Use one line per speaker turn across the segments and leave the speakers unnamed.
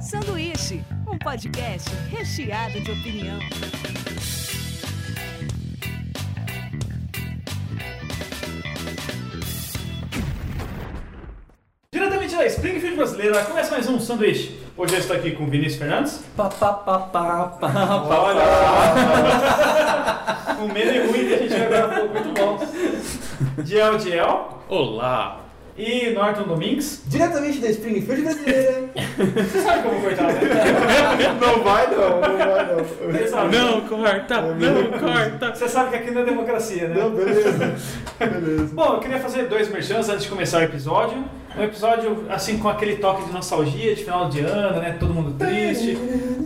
Sanduíche, um podcast recheado de opinião.
Diretamente da Springfield brasileira, começa mais um sanduíche. Hoje eu estou aqui com o Vinícius Fernandes.
Pá, pá, pá, pá, pá.
Olha só! um meme ruim que a gente vai gravar ficou muito bom. Diel Diel.
Olá!
E Norton Domingues.
Diretamente da Springfield brasileira.
Você sabe como cortar, né?
Não vai não, não vai não.
Você sabe.
Não corta! Não corta!
Você sabe que aqui não é democracia, né?
Não, beleza. Beleza.
Bom, eu queria fazer dois merchans antes de começar o episódio. Um episódio, assim, com aquele toque de nostalgia de final de ano, né? Todo mundo triste,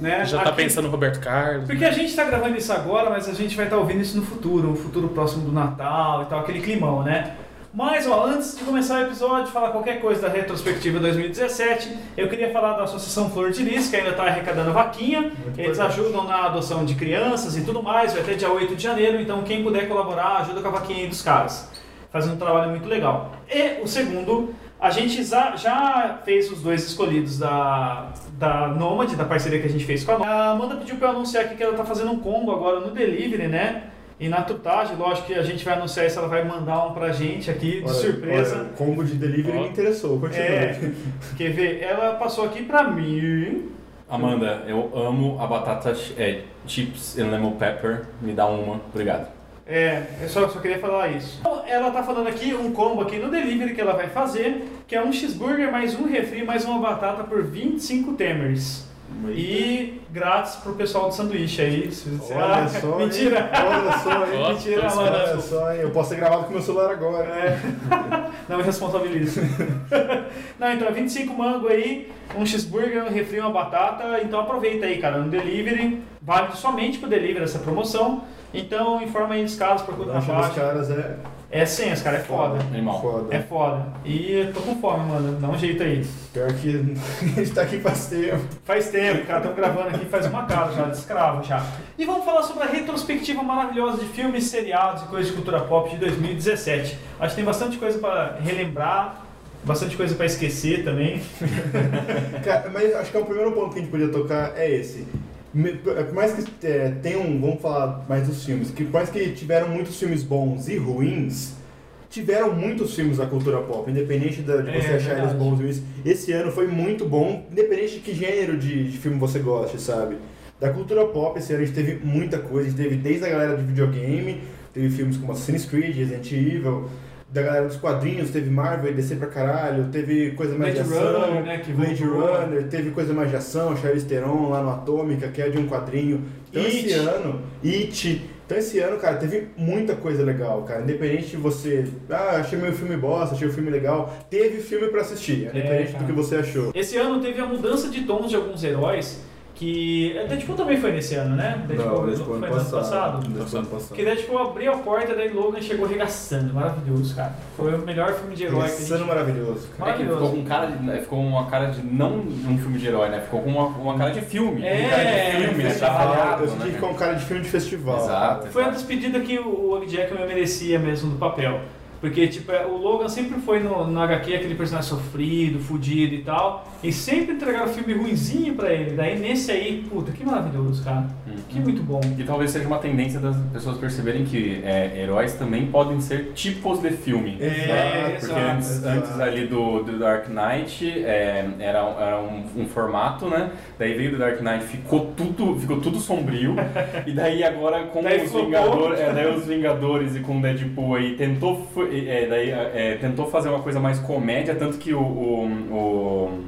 né?
Já tá
Aqui-
pensando no Roberto Carlos. né?
Porque a gente tá gravando isso agora, mas a gente vai estar ouvindo isso no futuro, no futuro próximo do Natal e tal, aquele climão, né? Mas, ó, antes de começar o episódio, falar qualquer coisa da retrospectiva 2017, eu queria falar da Associação Flor de Lis, que ainda tá arrecadando vaquinha. Eles ajudam na adoção de crianças e tudo mais, vai até dia 8 de janeiro, então quem puder colaborar, ajuda com a vaquinha aí dos caras. Fazendo um trabalho muito legal. E o segundo, a gente za- já fez os dois escolhidos da, da Nomad, da parceria que a gente fez com a Nomad. A Amanda pediu pra eu anunciar aqui que ela tá fazendo um combo agora no delivery, né? E na tutagem, lógico que a gente vai anunciar isso, ela vai mandar um pra gente aqui, de
Olha,
surpresa.
olha, combo de delivery me interessou, continua.
É, quer ver? Ela passou aqui pra mim.
Amanda, eu amo a batata ch- é, chips and lemon pepper. Me dá uma, obrigado.
É, eu só, só queria falar isso. Então, Ela tá falando aqui um combo aqui no delivery que ela vai fazer, que é um cheeseburger mais um refri mais uma batata por 25 temers. E grátis pro pessoal do sanduíche aí. se- se-
Olha
ah,
só, hein?
Mentira!
Olha só, hein?
Ó,
Mentira,
tô
mano.
Olha só, hein? Eu posso ter gravado com meu celular agora.
É. Não me responsabilizo. Não, então é 25 mango aí, um cheeseburger, um refri, uma batata. Então aproveita aí, cara, no delivery. Vale somente pro delivery essa promoção. Então informa aí os casos, procura na
Achar os
página.
caras é
É senha, cara, é foda.
Animal.
foda.
É foda. E eu tô com fome, mano. Dá um jeito aí.
Pior que a gente tá aqui faz tempo.
Faz tempo, cara. Estamos gravando aqui faz uma cara já, de escravo já. E vamos falar sobre a retrospectiva maravilhosa de filmes, seriados e coisas de cultura pop de 2017. Acho que tem bastante coisa pra relembrar, bastante coisa pra esquecer também.
Cara, mas acho que é o primeiro ponto que a gente podia tocar é esse. Me- Por mais que é, tenham, vamos falar mais dos filmes, que por mais que tiveram muitos filmes bons e ruins, tiveram muitos filmes da cultura pop, independente da- de
É,
você
é
achar eles
verdade.
bons ou ruins. Esse ano foi muito bom, independente de que gênero de, de filme você goste, sabe? Da cultura pop, esse ano a gente teve muita coisa, a gente teve desde a galera de videogame, teve filmes como Assassin's Creed, Resident Evil, da galera dos quadrinhos, teve Marvel, DC pra caralho, teve coisa mais
Blade
de ação,
Runner, né, que
Blade
voltou.
Runner, teve coisa mais de ação, Charlize Theron lá no Atômica, que é de um quadrinho. Então
It.
esse ano, It. Então esse ano, cara, teve muita coisa legal, cara. Independente de você, ah, achei meu filme bosta, achei o filme legal, teve filme pra assistir, independente
É, cara.
do que você achou.
Esse ano teve a mudança de tons de alguns heróis, que. é, Deadpool também foi nesse ano, né? Deadpool foi no ano passado.
Ano passado.
Que Deadpool abriu a porta, daí Logan chegou arregaçando. Maravilhoso, cara. Foi o melhor filme de herói que a
Esse ano
gente...
maravilhoso, cara.
É que
Maravilhoso.
ficou com cara de, ficou uma cara de não um filme de herói, né? Ficou com uma, uma cara de filme.
É,
um cara de filme, né? Tá
festival,
falhado,
eu senti que
né?
ficou um cara de filme de festival.
Exato.
Foi um a
exato.
despedida que o Hugh Jackman merecia mesmo do papel. Porque, tipo, é, o Logan sempre foi no, no HQ aquele personagem sofrido, fudido e tal. E sempre entregaram filme ruinzinho pra ele. Daí nesse aí, puta, que maravilhoso, cara.
Hum.
Que muito bom.
E talvez seja uma tendência das pessoas perceberem que é, heróis também podem ser tipos de filme. Tá?
É,
Porque
exato,
antes, antes ali do, do Dark Knight é, era, um- era um, um formato, né? Daí veio do Dark Knight, ficou tudo, ficou tudo sombrio. e daí agora com
Daí
os
flopou.
Vingadores, é, daí os Vingadores e com o Deadpool aí tentou, fu- é, daí, é, tentou fazer uma coisa mais comédia, tanto que o, o- o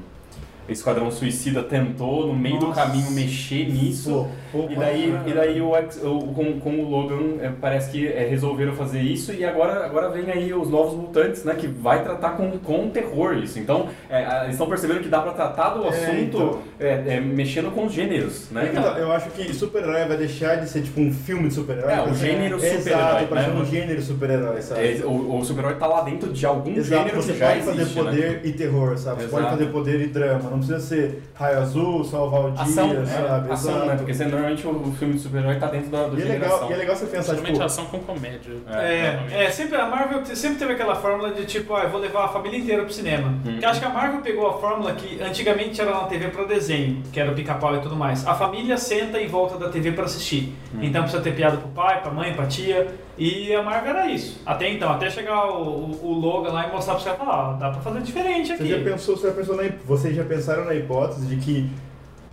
Esquadrão Suicida tentou no meio do
Nossa.
caminho mexer nisso.
Pô,
E daí, e daí o, X- o- com, com o Logan é, parece que é, resolveram fazer isso e agora, agora vem aí os novos mutantes, né? Que vai tratar com, com terror isso. Então, é, a- eles estão percebendo que dá pra tratar do
É,
assunto
então.
é, é, mexendo com os gêneros, né?
Então, eu acho que super-herói vai deixar de ser tipo um filme de super-herói.
É, o
vai ser-
gênero
Exato,
super-herói,
pra ser
né?
um gênero super-herói, sabe?
É, o o super-herói tá lá dentro de algum
Exato,
gênero
você
que já
pode
existe,
fazer
né?
poder e terror, sabe? Você pode
Exato.
fazer poder e drama. Não precisa ser raio azul, salvar o dia,
Ação, né?
sabe?
Ação,
Exato.
né? Porque você normalmente o filme de super-herói tá dentro da, da
E é,
geração.
legal, e é legal você pensar,
Geralmente
tipo,
ação com comédia. né? normalmente.
né?
É, é, sempre a Marvel te- sempre teve aquela fórmula de tipo, ah, eu vou levar a família inteira pro cinema.
Uhum.
Que eu acho que a Marvel pegou a fórmula que antigamente era na TV pra desenho, que era o pica-pau e tudo mais. A família senta em volta da TV pra assistir.
Uhum.
Então precisa ter piada pro pai, pra mãe, pra tia. E a Marvel era isso. Até então, até chegar o, o, o Logan lá e mostrar pra você falar, ó, dá pra fazer diferente
Você já
aqui.
pensou, você já pensou na, hip- vocês já pensaram na hipótese de que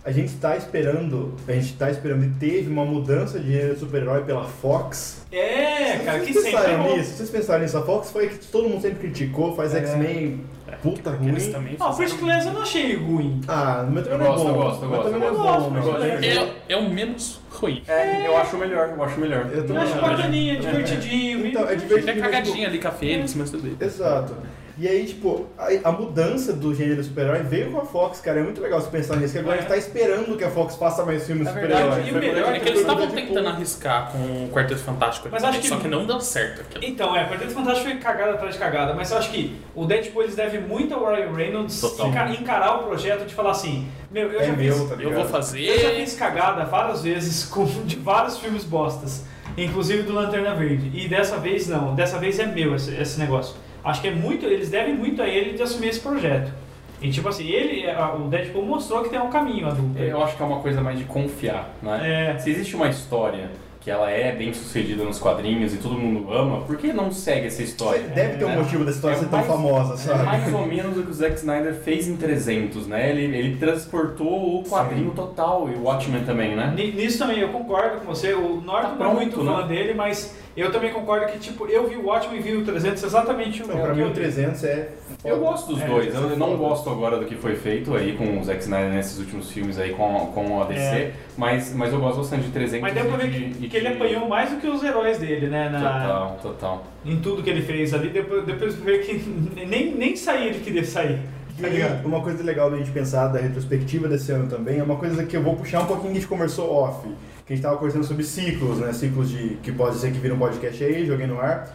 a gente está esperando, a gente está esperando e teve uma mudança de gênero de super-herói pela Fox?
É, cara, que
Vocês
sempre
pensaram
é
nisso? Vocês pensaram nisso? A Fox foi a que todo mundo sempre criticou, faz X-Men, puta é ruim.
Eles também
Ah, o First
fizeram-
Class eu não achei ruim.
Ah, no meu também
Eu
não é
gosto,
bom.
eu gosto, eu
Mas
gosto,
também
eu
não é
gosto,
bom,
eu
mas
gosto.
também não é bom.
É, é o menos ruim.
É, eu acho melhor, eu acho melhor.
Eu
Eu
também
acho
acho.
bacaninha, divertidinho.
É, Então, é
divertido.
Tem a cagadinha ali com a Fênix, mas tudo bem.
Exato. E aí, tipo, a, a mudança do gênero super-herói veio com a Fox, cara. É muito legal você pensar nisso, que agora a gente tá esperando que a Fox faça mais filmes
É
super-herói.
verdade,
E o melhor
É que
Foi
eles estavam
Deadpool.
tentando arriscar com o Quarteto Fantástico,
Mas acho que-
só que não deu certo aquilo.
Então, é, Quarteto Fantástico foi cagada atrás de cagada, mas eu acho que o Deadpool eles devem muito ao Ryan Reynolds
Total.
enca- encarar o projeto de falar assim, meu, eu
É
já
meu,
fiz,
tá ligado?
Eu vou
eu já
fazer.
fiz cagada várias vezes com, de vários filmes bostas, inclusive do Lanterna Verde, e dessa vez não, dessa vez é meu esse, esse negócio. Acho que é muito, eles devem muito a ele de assumir esse projeto. E tipo assim, ele, a- o Deadpool mostrou que tem um caminho adulto.
Eu acho que é uma coisa mais de confiar, né?
É.
Se existe uma história que ela é bem sucedida nos quadrinhos e todo mundo ama, por que não segue essa história?
Deve ter um motivo da história
É
ser tão
mais-
famosa,
É
sabe?
mais ou menos o que o Zack Snyder fez em 300, né? Ele, ele transportou o quadrinho total e o Watchmen também, né?
Ni- Nisso também eu concordo com você. O Norton
Tá
não é muito
pronto, né?
fã dele, mas eu também concordo que, tipo, eu vi o Watchmen e vi o 300 exatamente o
Não, pra
que
mim
eu
o
vi.
300 é.
Eu
foda.
gosto dos
É,
dois,
são
eu não
foda.
gosto agora do que foi feito aí com o Zack Snyder nesses últimos filmes aí com, com a DC,
É.
mas, mas eu gosto bastante de 300.
Mas deu pra
e
ver
de-
que,
e
que ele
de-
apanhou mais do que os heróis dele, né?
Tá,
Na,
Total, total.
em tudo que ele fez ali. Depois, depois ver que nem, nem sair ele queria sair.
E
Tá ligado?
uma coisa legal da gente pensar da retrospectiva desse ano também é uma coisa que eu vou puxar um pouquinho que a gente conversou off. Que a gente tava conversando sobre ciclos, né? Ciclos de que pode ser que vira um podcast aí, joguei no ar.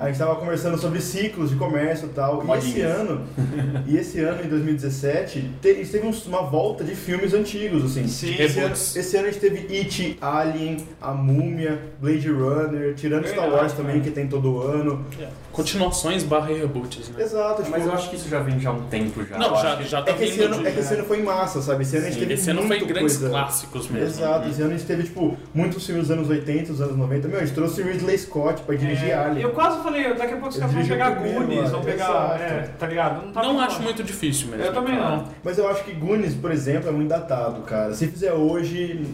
A gente tava conversando sobre ciclos de comércio e tal. E esse
Modinhas.
ano, e esse ano, em 2017, te- teve uns- uma volta de filmes antigos, assim.
Sim.
Esse ano,
Reboots.
esse ano a gente teve It, Alien, A Múmia, Blade Runner, tirando Star
Verdade,
Wars também,
cara.
que tem todo ano.
Continuações barra reboots, né?
Exato, tipo,
Mas eu acho que isso já vem já há um tempo já. eu
Não, já,
acho.
já tá
é que, esse
vindo
ano,
de-
é que esse ano foi massa, sabe? Esse ano a gente
Sim,
teve
esse ano foi
muito
grandes
coisa.
clássicos né? mesmo.
Exato, esse ano a gente teve, tipo, muitos filmes dos anos 80, dos anos 90. Meu, a gente trouxe Ridley Scott pra dirigir
É,
Alien.
eu quase falei, daqui a pouco os caras
Eu
vão
dirigi o
pegar
primeiro,
Goonies,
mano.
vão pegar.
Exato.
é, tá ligado? Não, tá
Não acho
longe.
muito difícil mesmo.
Eu também
cara.
não.
Mas eu acho que Goonies, por exemplo, é muito datado, cara. Se fizer hoje,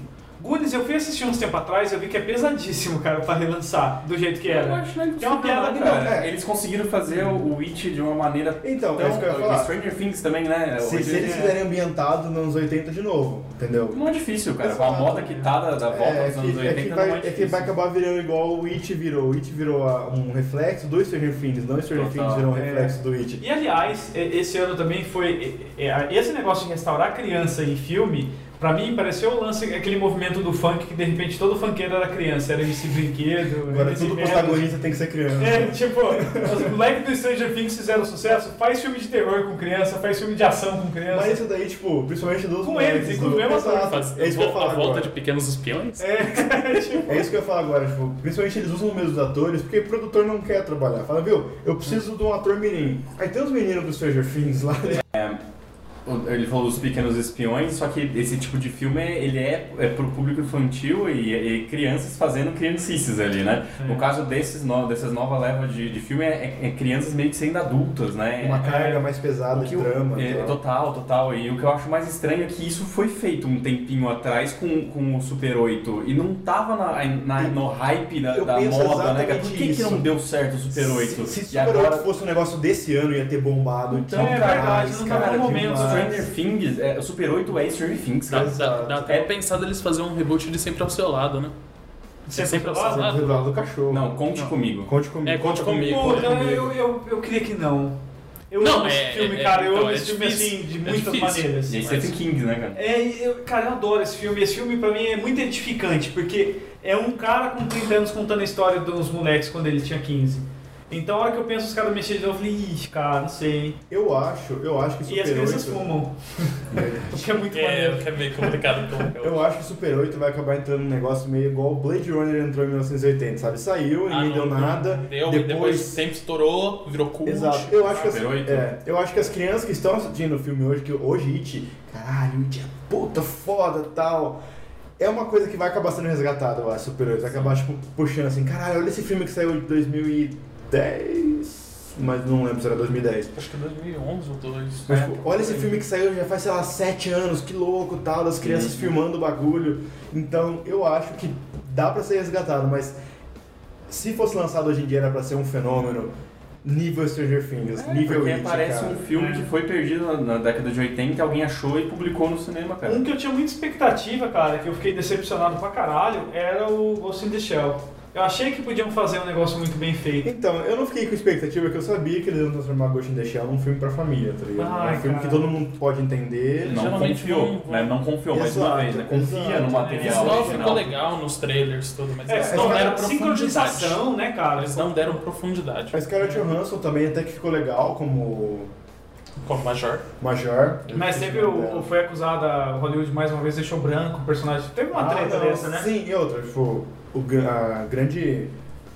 Goonies, eu fui assistir uns tempo atrás e eu vi que é pesadíssimo, cara, pra relançar do jeito que era.
Eu acho né? que
Tem uma piada
não,
que
cara.
não, é.
Eles conseguiram fazer o Witch de uma maneira
Então,
tão-
é isso que eu ia falar.
Stranger Things também, né?
se,
Hoje
se eles
é-
fizerem ambientado nos anos 80 de novo, entendeu?
Não é difícil, cara. Com a
Exato.
moda que tá da, da volta
É,
dos anos
que, é,
80
que
não
vai,
é
é
difícil.
que vai acabar virando igual o It virou. O It virou ah, um reflexo do Stranger Things, não o Stranger
Total.
Things virou um
É.
reflexo do It.
E aliás, e- esse ano também foi. e- e- Esse negócio de restaurar criança em filme, pra mim pareceu o lance, aquele movimento do funk que de repente todo funkeiro era criança, era esse brinquedo.
Agora
MC
tudo
Merda.
protagonista tem que ser criança.
É, tipo, os moleques do Stranger Things fizeram sucesso, faz filme de terror com criança, faz filme de ação com criança.
Mas isso daí, tipo, principalmente dos
Com
moleques
eles,
do-
inclusive, é uma
Exato.
Faz-
É isso que eu ia falar
a volta
agora.
de pequenos espiões?
É, tipo,
É isso que eu ia falar agora, tipo, principalmente eles usam os mesmos atores, porque o produtor não quer trabalhar. Fala, viu, eu preciso de um ator menino. Aí tem os meninos do Stranger Things lá.
O- Ele falou dos pequenos espiões, só que esse tipo de filme ele é, é pro público infantil e, e crianças fazendo criancices ali, né?
É.
No caso desses no, dessas nova leva de, de filme é, é- é crianças meio que sendo adultas, né?
Uma
É-
carga mais pesada
o que
de
eu-
drama.
é,
tal.
total, total. E o que eu acho mais estranho é que isso foi feito um tempinho atrás com, com o Super 8 e não tava na, na- no hype da,
Eu
da
penso
moda, né? cara?
exatamente
Por que, que
isso.
não deu certo o Super
Se,
8?
se
e
Super
agora
8 fosse um negócio desse ano, ia ter bombado.
Então,
demais,
é verdade, não tá
cara,
no momento,
demais.
Stranger Things, é, o Super 8 é Stranger Things,
Dá,
cara.
dá, dá até pensado eles fazerem um reboot de sempre ao seu lado, né?
sempre
Sempre
falava?
assim.
Você é do lado do cachorro.
Não, conte comigo.
Conte comigo.
É, conte comigo.
Puta, então eu, eu, eu queria que não. Eu
Não,
amo
é-
esse filme,
é-
cara, eu
então,
amo
é
esse filme
difícil.
assim, de
É
muitas
difícil.
maneiras.
E aí
Mas-
Stephen King, né, cara?
É, e eu, cara, eu adoro esse filme. Esse filme pra mim é muito edificante, porque é um cara com 30 anos contando a história dos moleques quando ele tinha 15. Então a hora que eu penso os caras mexerem de novo, eu falei, ih, cara, não sei, hein?
Eu acho, eu acho que
E
Super
as
8.
crianças fumam. que é muito maneiro.
É, é meio complicado colocar.
Eu acho que Super 8 vai acabar entrando num negócio meio igual o Blade Runner entrou em 1980, sabe? Saiu,
Ah,
ninguém deu
não, não
nada.
Deu,
depois...
depois... sempre estourou, virou cult.
Exato. Eu acho, que as,
Super 8.
é, eu acho que as crianças que estão assistindo o filme hoje, que hoje It, caralho, It é puta foda tal. É uma coisa que vai acabar sendo resgatada, eu acho, Super 8. Vai acabar tipo, puxando assim, caralho, olha esse filme que saiu de 2010, mas não lembro se era 2010.
Acho que é 2011 ou É. 2.
É.
Mas, tipo, olha esse filme que saiu já faz, sei lá, sete anos, que louco tal, das crianças
Uhum.
filmando o bagulho. Então eu acho que dá pra ser resgatado, mas se fosse lançado hoje em dia era pra ser um fenômeno nível Stranger Things,
É,
nível
porque
It,
parece
cara.
um filme
É.
que foi perdido na, na década de 80, alguém achou e publicou no cinema, cara.
Um que eu tinha muita expectativa, cara, que eu fiquei decepcionado pra caralho, era o Ghost in the Shell. Eu achei que podiam fazer um negócio muito bem feito.
Então, eu não fiquei com expectativa, porque eu sabia que eles iam transformar Ghost in the Shell num filme pra família, tá ligado?
Ai,
é um filme
cara.
que todo mundo pode entender.
Não
Geralmente
confiou,
não-
né? Não confiou, mais
um Exato,
uma vez, né? Confia
exato.
no
Esse
material
nome ficou
original.
legal nos trailers e tudo, mas
É,
eles
mas
não
cara,
deram profundidade.
sincronização, né, cara?
Eles não deram profundidade.
A Scarlett Johansson também até que ficou legal como
Como Major.
Major.
Mas teve o, o- foi acusada, o Hollywood mais uma vez deixou branco o personagem. Teve uma
Ah,
treta
não,
dessa, né?
Sim, e outra, tipo, o, gr- a grande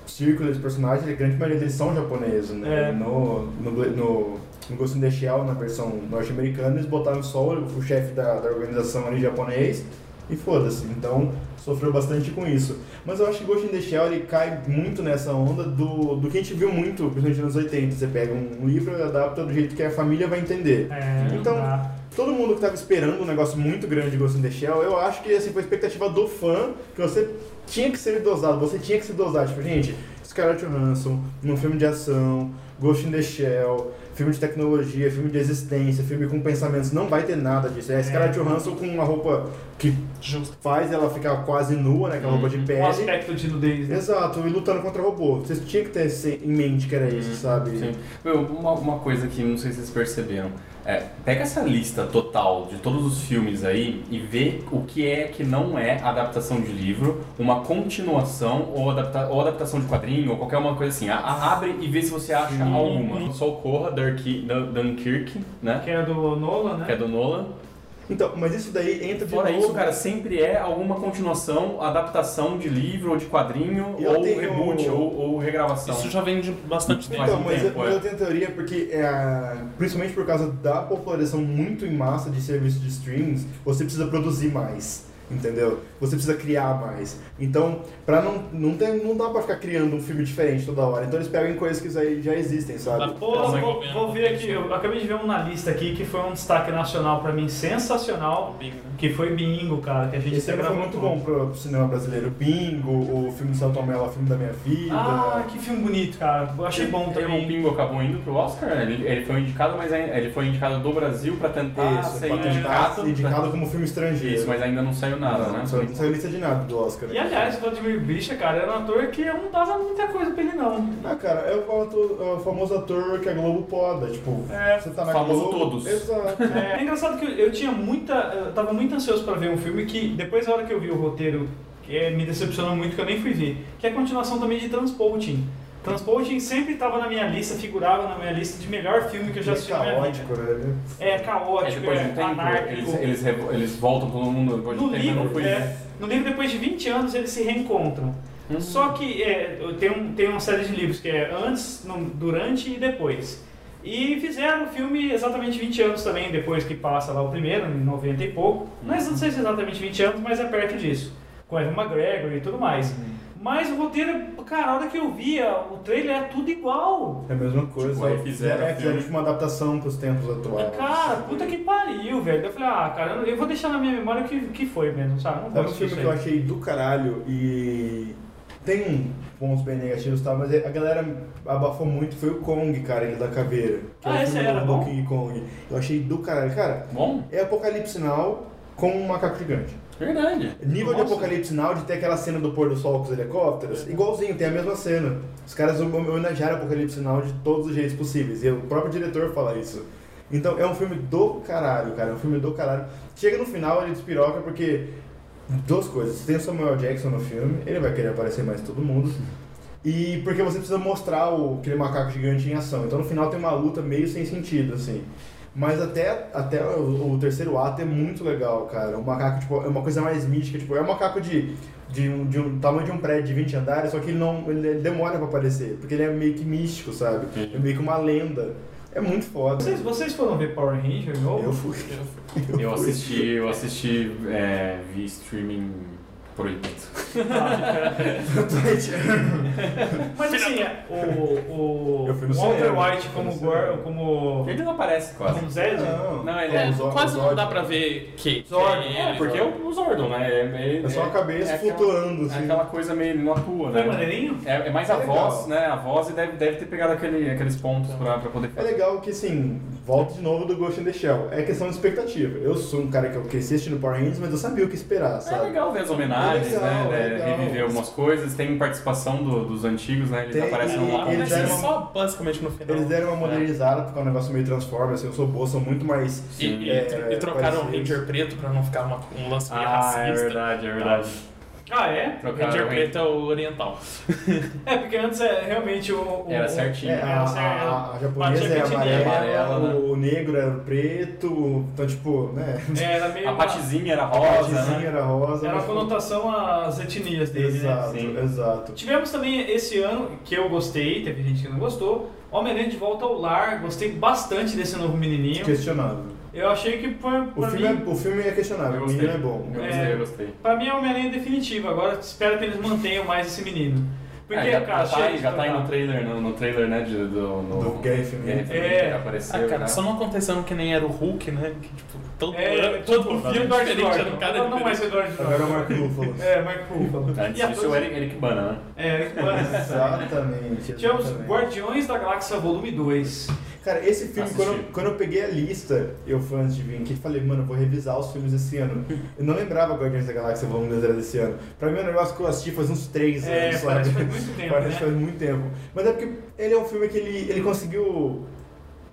círculo dos personagens, a grande maioria deles são japoneses, né?
É.
No, no, Gla- no, no Ghost in the Shell, na versão norte-americana, eles botaram só o, o chefe da, da organização ali japonês e foda-se. Então, sofreu bastante com isso. Mas eu acho que Ghost in the Shell, ele cai muito nessa onda do, do que a gente viu muito, principalmente nos anos 80. Você pega um livro e adapta do jeito que a família vai entender.
É, não
Então,
dá.
Todo mundo que tava esperando um negócio muito grande de Ghost in the Shell, eu acho que assim, foi a expectativa do fã que você tinha que ser dosado, você tinha que se dosar. Tipo, gente, Scarlett Johansson, num filme de ação, Ghost in the Shell, filme de tecnologia, filme de existência, filme com pensamentos, não vai ter nada disso. É a Scarlett Johansson com uma roupa que
Justo.
faz ela ficar quase nua, né, que é uma roupa
Uhum.
de
um
pele.
aspecto de nudez. né?
Exato, e lutando contra robô. Você tinha que ter esse- em mente que era isso, sabe?
Uhum. Sim. Meu, uma, uma coisa que não sei se vocês perceberam. É, pega essa lista total de todos os filmes aí e vê o que é que não é adaptação de livro, uma continuação ou, adapta, ou adaptação de quadrinho ou qualquer uma coisa assim. A- a- abre e vê se você acha alguma. Só o Corra, Durki- Dun- Dunkirk, né?
Que é do Nolan,
Que é
né?
do Nolan.
Então, mas isso daí entra de
Fora
novo
isso, cara, sempre é alguma continuação, adaptação de livro ou de quadrinho,
Eu
ou
tenho-
reboot, ou, ou regravação.
Isso já vem de bastante tempo.
Faz
Então,
um
mas,
tempo,
eu,
é.
mas eu tenho teoria porque, é, principalmente por causa da popularização muito em massa de serviços de streams, você precisa produzir mais, entendeu? Você precisa criar mais. Então, pra não, não, tem, não dá pra ficar criando um filme diferente toda hora. Então eles pegam coisas que já, já existem, sabe?
Pô,
Tá
vou,
desenvolvendo.
vou ver aqui, eu acabei de ver um na lista aqui que foi um destaque nacional pra mim sensacional,
Big, né?
que foi Bingo, cara, que a gente
Esse
até
filme foi
gravou
muito bom pro, pro cinema brasileiro. Bingo, o filme de São Tomé, lá, o filme da minha vida.
Ah, que filme bonito, cara. Eu achei
É
bom
um
O
também.
é um Pingo acabou indo pro Oscar, né? ele, ele foi indicado, mas ainda- ele foi indicado do Brasil pra tentar
isso,
ser
pra tentar
tá, indicado.
ser indicado como filme estrangeiro.
Isso, mas ainda não saiu nada, né?
Não saiu- não saiu lista de nada do Oscar.
E aliás, o Vladimir Bicha, cara, era um ator que eu não dava muita coisa pra ele, não.
Ah, cara, é o, ator- é o famoso ator que a Globo poda, tipo,
É,
você tá na
famoso
Globo...
todos.
Exato.
É, é engraçado que eu, eu tinha muita. Eu tava muito ansioso pra ver um filme que, depois da hora que eu vi o roteiro, que é, me decepcionou muito, que eu nem fui ver, que é a continuação também de Transporting. Transporting sempre tava na minha lista, figurava na minha lista de melhor filme que eu já
É
assisti na minha vida.
caótico, né?
É
É,
caótico,
depois de um
é
tempo,
anárquico.
eles, eles, revo- eles voltam todo mundo depois de um
No
tempo, não
livro,
foi
é, no livro, depois de 20 anos, eles se reencontram.
Hum.
Só que é, tem, um, tem uma série de livros que é antes, no- durante e depois. E fizeram o filme exatamente 20 anos também, depois que passa lá o primeiro, em 90 e pouco. Mas não sei se é exatamente 20 anos, mas é perto disso. Com Evan McGregor e tudo mais.
Hum.
Mas o roteiro, cara, a hora que eu via, o trailer é tudo igual.
É a mesma coisa.
Tipo, aí fizeram
é, fizeram
filme.
tipo uma adaptação pros tempos atuais.
Cara, puta que pariu, velho. Eu falei, ah, cara, eu vou deixar na minha memória o que, que foi mesmo, sabe? Não
É
vou
um
assistir
filme
isso
que
aí.
eu achei do caralho e tem um pontos bem negativos e tal, mas a galera abafou muito, foi o Kong, cara, ele da caveira. Que
Ah,
é o
esse
filme
era
do
bom?
King Kong. Eu achei do caralho. Cara,
Bom,
é Apocalipse Now com um macaco gigante.
verdade.
É Nível de
Nossa.
Apocalipse Now de ter aquela cena do pôr do sol com os helicópteros, igualzinho, tem a mesma cena. Os caras homenagearam Apocalipse Now de todos os jeitos possíveis, e o próprio diretor fala isso. Então é um filme do caralho, cara, é um filme do caralho. Chega no final, ele despiroca porque. Duas coisas, tem o Samuel Jackson no filme, ele vai querer aparecer mais todo mundo. E porque você precisa mostrar o, aquele macaco gigante em ação. Então no final tem uma luta meio sem sentido, assim. Mas até, até o, o terceiro ato é muito legal, cara. O macaco, tipo, é uma coisa mais mística, tipo, é um macaco de, de, um, de um tamanho de um prédio de 20 andares, só que ele não. ele ele demora pra aparecer, porque ele é meio que místico, sabe? É meio que uma lenda. É muito foda.
Vocês, vocês foram ver Power Ranger
Eu
novo?
fui.
Eu assisti, eu assisti, é, vi streaming proibido.
Ah, Mas assim, é, o, o
Eu fui no
Walter
cinema,
White
eu fui no
como,
cinema.
Gor- como,
Ele não aparece quase.
como Zed?
Não, ele
É,
Os ó-
quase
os
não
ó-
dá pra ver que. que
Zordon,
ele-
É, porque é o Zordon, né? É,
É só a cabeça
é aquela-
flutuando,
É
assim.
aquela coisa meio ele não atua,
Foi
né?
maneirinho?
É, é mais a
É legal.
voz, né? A voz e deve, deve ter pegado aquele- aqueles pontos pra, pra poder
É
fazer.
legal que, assim, volta de novo do Ghost in the Shell. É questão de expectativa. Eu sou um cara que eu cresci assistindo Power Rangers, mas eu sabia o que esperar,
É
sabe?
legal ver as homenagens,
É legal,
né?
é
né,
legal.
Reviver algumas coisas. Tem participação do- dos antigos, né? Eles
Tem,
aparecem
e-
lá.
e
Mas
eles
é
deram-
só basicamente no final.
Então,
Eles deram uma modernizada, porque é um negócio meio Transformers, assim, os robôs são muito mais...
E, e-
É,
e trocaram o
parecidos.
Ranger preto pra não ficar uma- um lance meio
Ah, é
racista.
verdade, é verdade.
Ah, é?
Trocaram
Ranger
o
preto é o oriental.
É, porque antes é realmente o. o-
Era
o-
certinho.
É, a, a, a japonesa é
Batia
amarela,
amarela, né?
o negro era preto, então, tipo, né...
É, era meio.
A patizinha era
A
rosa,
patizinha
né?
era rosa.
Era
mas-
uma conotação às etnias dele, né?
Exato,
Sim.
exato.
Tivemos também esse ano, que eu gostei, teve gente que não gostou, Homem-Aranha de Volta ao Lar, gostei bastante desse novo menininho.
Questionável.
Eu achei que pra,
O
um pra
filme,
mim,
é, o filme é questionável, o menino é bom.
Eu
É.
gostei, eu gostei.
pra mim é Homem-Aranha definitivo, agora espero que eles mantenham mais esse menino. Porque,
É, já,
cara,
já tá,
chega
aí-
de
já tá aí
trocar.
no trailer, no, no trailer, né? de- do, no,
Do Guerra Infinita.
Guerra Infinita
É.
que apareceu,
Ah, cara,
né?
só não aconteceu que nem era o Hulk, né? Que, tipo, todo,
É,
todo
tipo,
filme
Eduardo
diferente
Jordan.
era
tá
um cara
Não, não
diferente.
mais Eduardo
Agora é o
Jordan.
Mark Ruffalo.
É, Mike Ruffalo. E
Antes
atores-
disso, o Eric, Eric Bana, né?
É, Eric Bana.
Exatamente.
Tivemos
exatamente.
Guardiões da Galáxia Volume 2.
Cara, esse filme,
Assisti.
quando eu, quando eu peguei a lista, eu fui antes de vir aqui, falei, mano, eu vou revisar os filmes esse ano. Eu não lembrava Guardiões da Galáxia Volume 2 era desse ano. Pra mim é um negócio que eu assisti faz uns 3
É,
anos,
parece
sabe?
que faz muito tempo,
parece
né?
que faz muito tempo. Mas é porque ele é um filme que ele, ele conseguiu...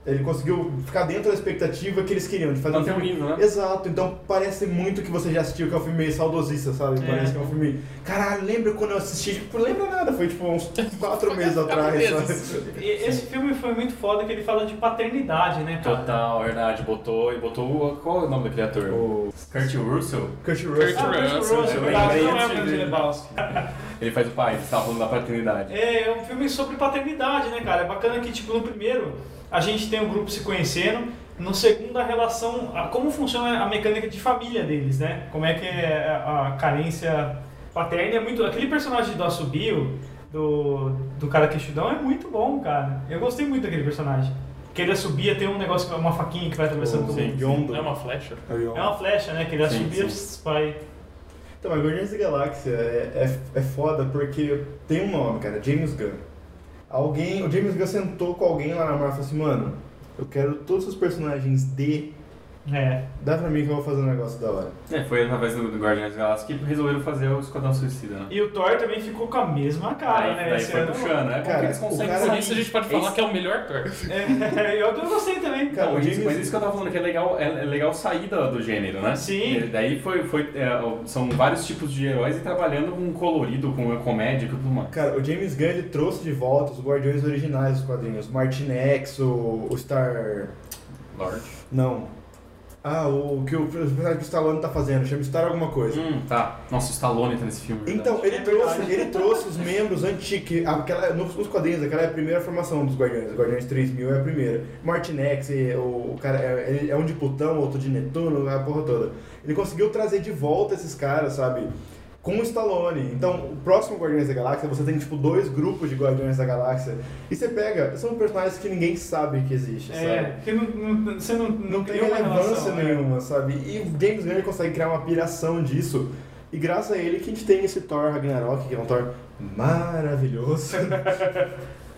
Ele conseguiu ficar dentro da expectativa que eles queriam, de fazer um
Manter o
filme
nível, né?
Exato, então parece muito que você já assistiu, que é um filme meio saudosista, sabe?
É.
Parece que é um filme. Caralho, lembra quando eu assisti? Tipo, lembra nada, foi tipo uns 4 meses
Quatro
atrás,
meses.
sabe?
E esse filme foi muito foda que ele fala de paternidade, né, cara?
Total, verdade. Botou e botou. o- Qual é o nome daquele ator?
O
Kurt Russell.
Kurt
Kurt
Ah,
Russell.
Kurt
Russell,
Russell,
né?
cara,
Lembrei
não é o
antes
Bruce
dele.
Lebowski.
Ele faz o pai, você tava falando da paternidade.
É, é um filme sobre paternidade, né, cara? É bacana que, tipo, no primeiro, a gente tem um grupo se conhecendo. No segundo, a relação... a- como funciona a mecânica de família deles, né? Como é que é a, a carência paterna é muito... Aquele personagem do Assobio, do, do cara queixudão, é muito bom, cara. Eu gostei muito daquele personagem. Que ele assobia, tem um negócio, com uma faquinha que vai atravessando todo
O
mundo.
Yondo.
É uma flecha.
É o Yondo.
É uma flecha, né? Que ele
Oh, Sim,
assobia, vai...
Então, mas Guardiões da Galáxia é, é, é foda porque tem um nome, cara, James Gunn. Alguém, o James Gunn sentou com alguém lá na Marvel e falou assim, mano, eu quero todos os personagens de.
É.
Dá pra mim que eu vou fazer um negócio da hora.
É, foi através do, do Guardiões da Galáxia que resolveram fazer o Esquadrão Suicida, né?
E o Thor também ficou com a mesma cara,
Aí-
né?
daí
esse
foi
ano.
puxando, né? Porque
Cara,
eles
o
conseguem
cara-
Por
sair-
isso a gente pode falar
esse-
que é o melhor Thor.
É, eu gostei também.
Cara,
Não,
o
isso-
James-
mas isso que eu tava falando, que é legal, é, é legal sair do, do gênero, né?
Sim.
E daí foi, foi, é, são vários tipos de heróis e trabalhando com colorido, com comédia e tudo mais.
Cara, o James Gunn ele trouxe de volta os Guardiões originais dos quadrinhos. Martin X, o, o Star.
Lorde.
Não. Ah, o que o, o personagem que o Stallone tá fazendo, chama Star alguma coisa.
Hum, tá. Nossa, o Stallone tá nesse filme. verdade.
Então, ele
É
trouxe,
verdade.
ele trouxe os membros antigos, que aquela, nos, nos quadrinhos, aquela é a primeira formação dos Guardiões. Os Guardiões 3000 é a primeira. Martin X, e o, o cara é, ele é um de Plutão, outro de Netuno, a porra toda. Ele conseguiu trazer de volta esses caras, sabe? Com o Stallone. Então, o próximo Guardiões da Galáxia, você tem, tipo, dois grupos de Guardiões da Galáxia. E você pega, são personagens que ninguém sabe que existe, sabe?
É, porque não, não- você não,
não tem
uma
relevância
relação, né?
nenhuma, sabe? E o James Gunn ele consegue criar uma piração disso. E graças a ele que a gente tem esse Thor Ragnarok, que é um Thor maravilhoso.
Tá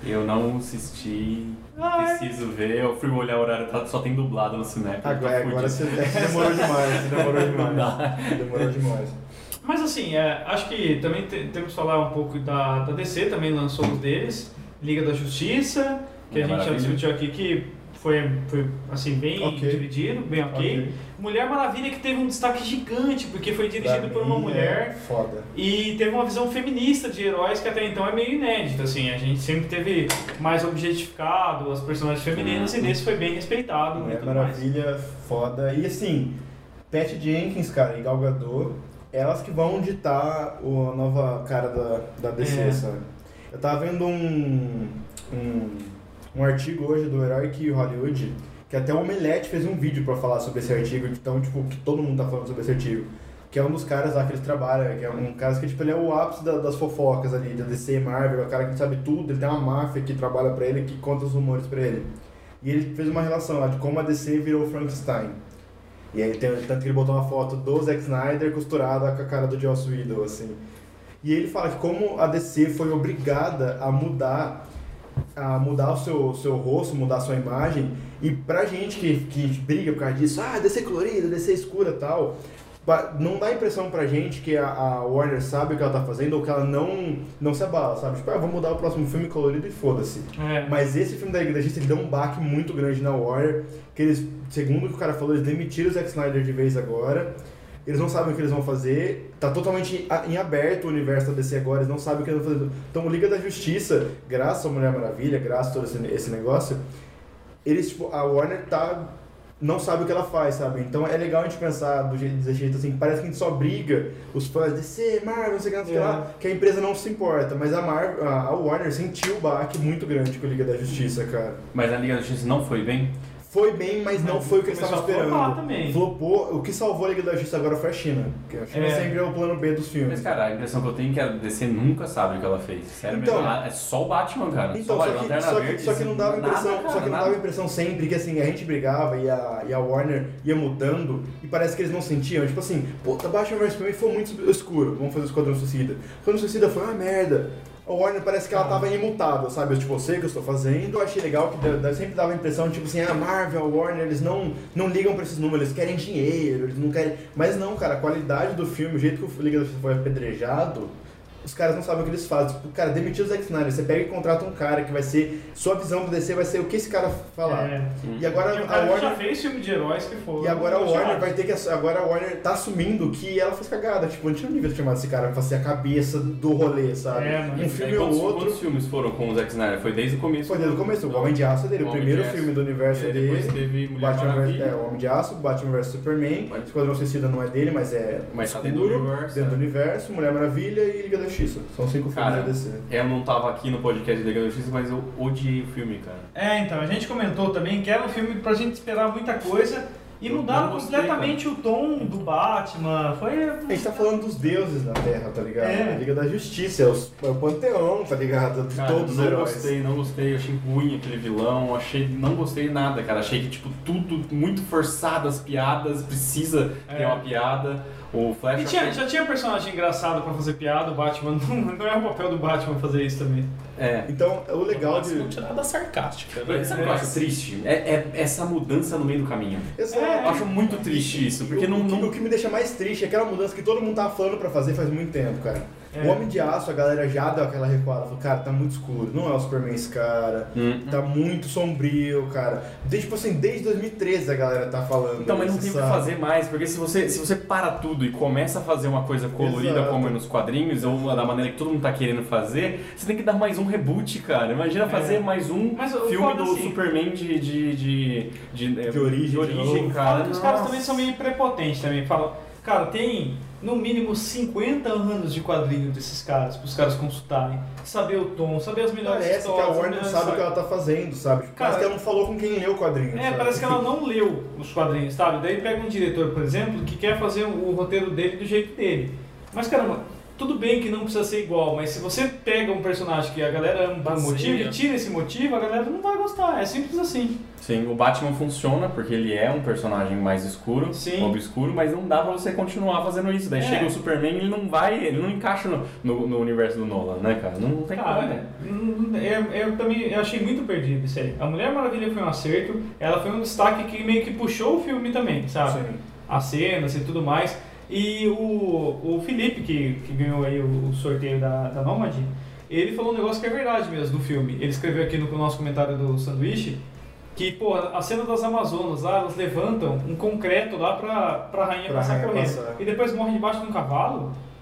Eu não assisti,
Ai.
preciso ver. Eu fui olhar o horário, tá- só tem dublado no tá cinema.
Agora, agora você demorou demais, você demorou demais. Demorou demais.
Mas assim, é, acho que também te- temos que falar um pouco da, da DC, também lançou os deles. Liga da Justiça, que
Mulher
a gente já
Maravilha.
discutiu aqui que foi, foi assim, bem
Ok.
dividido, bem ok.
Ok.
Mulher Maravilha que teve um destaque gigante, porque foi dirigido
Pra
por uma
mim,
mulher.
É foda.
E teve uma visão feminista de heróis que até então é meio inédita, assim. A gente sempre teve mais objetificado as personagens femininas e nesse foi bem respeitado né, e
Uhum. Mulher
tudo mais.
é Maravilha, foda. E assim, Pat Jenkins, cara, e Gal Gadot, elas que vão ditar o- a nova cara da, da DC,
É.
sabe? Eu tava vendo um, um, um artigo hoje do Herói que Hollywood, que até o Omelete fez um vídeo pra falar sobre esse artigo, que, tão, tipo, que todo mundo tá falando sobre esse artigo. Que é um dos caras lá que eles trabalham, que é um cara que tipo, ele é o ápice da- das fofocas ali, da DC, Marvel, é o cara que sabe tudo, ele tem uma máfia que trabalha pra ele, que conta os rumores pra ele. E ele fez uma relação lá de como a DC virou Frankenstein. E aí, tem, tanto que ele botou uma foto do Zack Snyder costurada com a cara do Joss Whedon, assim. E ele fala que como a DC foi obrigada a mudar a mudar o seu, seu rosto, mudar a sua imagem, e pra gente que, que briga por causa disso, ah, DC colorida, DC escura e tal, pa- não dá a impressão pra gente que a, a Warner sabe o que ela tá fazendo ou que ela não, não se abala, sabe? Tipo, ah, vou mudar o próximo filme colorido e foda-se.
É.
Mas esse filme da Igrejista, ele deu um baque muito grande na Warner, que eles, segundo o que o cara falou, eles demitiram o Zack Snyder de vez agora. Eles não sabem o que eles vão fazer. Tá totalmente a- em aberto o universo da DC agora, eles não sabem o que eles vão fazer. Então, o Liga da Justiça, graças à Mulher Maravilha, graças a todo esse, esse negócio, eles, tipo, a Warner tá não sabe o que ela faz, sabe? Então é legal a gente pensar do jeito, desse jeito assim, parece que a gente só briga os fãs de DC, Marvel, não sei o que, não sei o que lá,
É.
que a empresa não se importa, mas a, Mar a a Warner sentiu o baque muito grande com a Liga da Justiça, cara.
Mas a Liga da Justiça não foi bem?
Foi bem, mas não foi o que eles
Começou a
estavam esperando.
flopar Ah, também.
Flopou, o que salvou a Liga da Justiça agora foi a China, que a China
É.
sempre é o plano B dos filmes.
Mas, cara, a impressão que eu tenho é que a DC nunca sabe o que ela fez. Sério
Então-
mesmo, ela- é só o Batman, cara.
Então,
só,
só
o
que,
Lanterna
só, que,
Verde,
só que não dava a
nada,
impressão,
cara,
só que não
nada.
dava a impressão sempre que assim, a gente brigava e a, e a Warner ia mudando e parece que eles não sentiam, tipo assim, puta, Batman vs Superman foi muito escuro, vamos fazer o Esquadrão Suicida. Esquadrão Suicida foi uma merda. A Warner parece
Ah.
que ela tava imutável, sabe? Eu, tipo, eu sei o que eu estou fazendo. Eu achei legal que deu- deu- sempre dava a impressão, tipo assim, a Marvel, a Warner, eles não, não ligam pra esses números, eles querem dinheiro, eles não querem. Mas não, cara, a qualidade do filme, o jeito que o Liga da Justiça foi apedrejado, os caras não sabem o que eles fazem. Tipo, cara, demitiu o Zack Snyder. Você pega e contrata um cara que vai ser. Sua visão do DC vai ser o que esse cara falar.
É.
E agora
E o
a
cara já
Warner.
fez filme de heróis que foram.
E agora a Warner
elogiados.
vai ter que. ass- Agora a Warner tá assumindo que ela fez cagada. Tipo, a gente não devia ter chamado esse cara pra ser a cabeça do rolê, sabe?
É, mano.
um
Daí,
filme ou
quantos,
outro.
Quantos filmes foram com o Zack Snyder? Foi desde o começo.
Foi desde o começo. O Homem de Aço é dele, o
Homem
primeiro
de Aço.
filme do
E
universo é
aí depois
dele.
teve Mulher
Batman vs. É,
Maravilha.
o Homem de Aço, Batman vs Superman.
Mas-
Esquadrão Suicida não é dele, mas é.
Mas tá dentro do
escuro,
universo,
Dentro do
é.
universo, Mulher Maravilha e Liga da Justiça. São cinco filmes
Cara,
da DC.
eu não tava aqui no podcast da Liga da Justiça, mas eu odiei o filme, cara.
É, então, a gente comentou também que era um filme pra gente esperar muita coisa e
Eu
mudaram
não gostei,
completamente o tom do Batman. Foi.
A gente tá falando dos deuses na Terra, tá ligado?
É.
A Liga da Justiça, é os- é o panteão, tá ligado? De
Cara,
todos os
não
heróis.
gostei, não gostei, achei ruim aquele vilão, achei, não gostei nada, cara. Achei que, tipo, tudo muito forçado, as piadas, precisa ter
É.
uma piada. O Flash...
E tinha,
achei-
já tinha personagem engraçado pra fazer piada, o Batman. Não, não é o papel do Batman fazer isso também.
É.
Então, o legal
Mas não
de.
tinha nada sarcástica, né?
Sabe o que eu acho triste? É, é essa mudança no meio do caminho.
Exato.
Eu acho muito triste isso, porque
o,
não...
o que,
não...
o que me deixa mais triste é aquela mudança que todo mundo tava falando pra fazer faz muito tempo, cara.
É.
O Homem de Aço, a galera já deu aquela recuada. Falou, cara, tá muito escuro. Não é o Superman esse cara.
Hum.
Tá muito sombrio, cara. Desde, tipo assim, desde 2013 a galera tá falando.
Então, mas não
isso,
tem o que
sabe?
fazer mais, porque se você, se você para tudo e começa a fazer uma coisa colorida
Exato.
como é nos quadrinhos, ou da maneira que todo mundo tá querendo fazer, você tem que dar mais um reboot, cara. Imagina fazer mais um
É. Mas o
filme
foda,
do
assim-
Superman de. de. de, de, é,
De origem,
de
de
origem
novo.
cara.
Fala que os caras
Nossa.
também são meio prepotentes também. Fala, cara, tem no mínimo 50 anos de quadrinho desses caras, pros caras consultarem, saber o tom, saber as
né?
melhores
Parece que
histórias.
a
as
Warner
melhores
sabe o que
sagas.
ela tá fazendo, sabe? Tipo,
Cara,
parece que ela não falou com quem leu o quadrinho.
É,
sabe?
parece que ela não leu os quadrinhos, sabe? Daí pega um diretor, por exemplo, que quer fazer o roteiro dele do jeito dele. Mas caramba, tudo bem que não precisa ser igual, mas se você pega um personagem que a galera ama por um
Baseia.
motivo
é.
e tira esse motivo, a galera não vai gostar. É simples assim.
Sim, o Batman funciona porque ele é um personagem mais escuro,
Sim.
obscuro, mas não dá pra você continuar fazendo isso. Daí
É.
chega o Superman e ele não vai, ele não encaixa no, no, no universo do Nolan, né, cara? Não, tem como, né?
Cara, hum, eu, eu também eu achei muito perdido isso aí. A Mulher Maravilha foi um acerto, ela foi um destaque que meio que puxou o filme também, sabe?
Sim.
As cenas e tudo mais. E o, o Felipe, que, que ganhou aí o, o sorteio da, da Nomad, ele falou um negócio que é verdade mesmo do filme. Ele escreveu aqui no, nosso comentário do sanduíche Que, pô, a cena das Amazonas lá, elas levantam um concreto lá pra, pra rainha
Pra
passar
rainha
correndo.
passar.
E depois morre debaixo de um cavalo.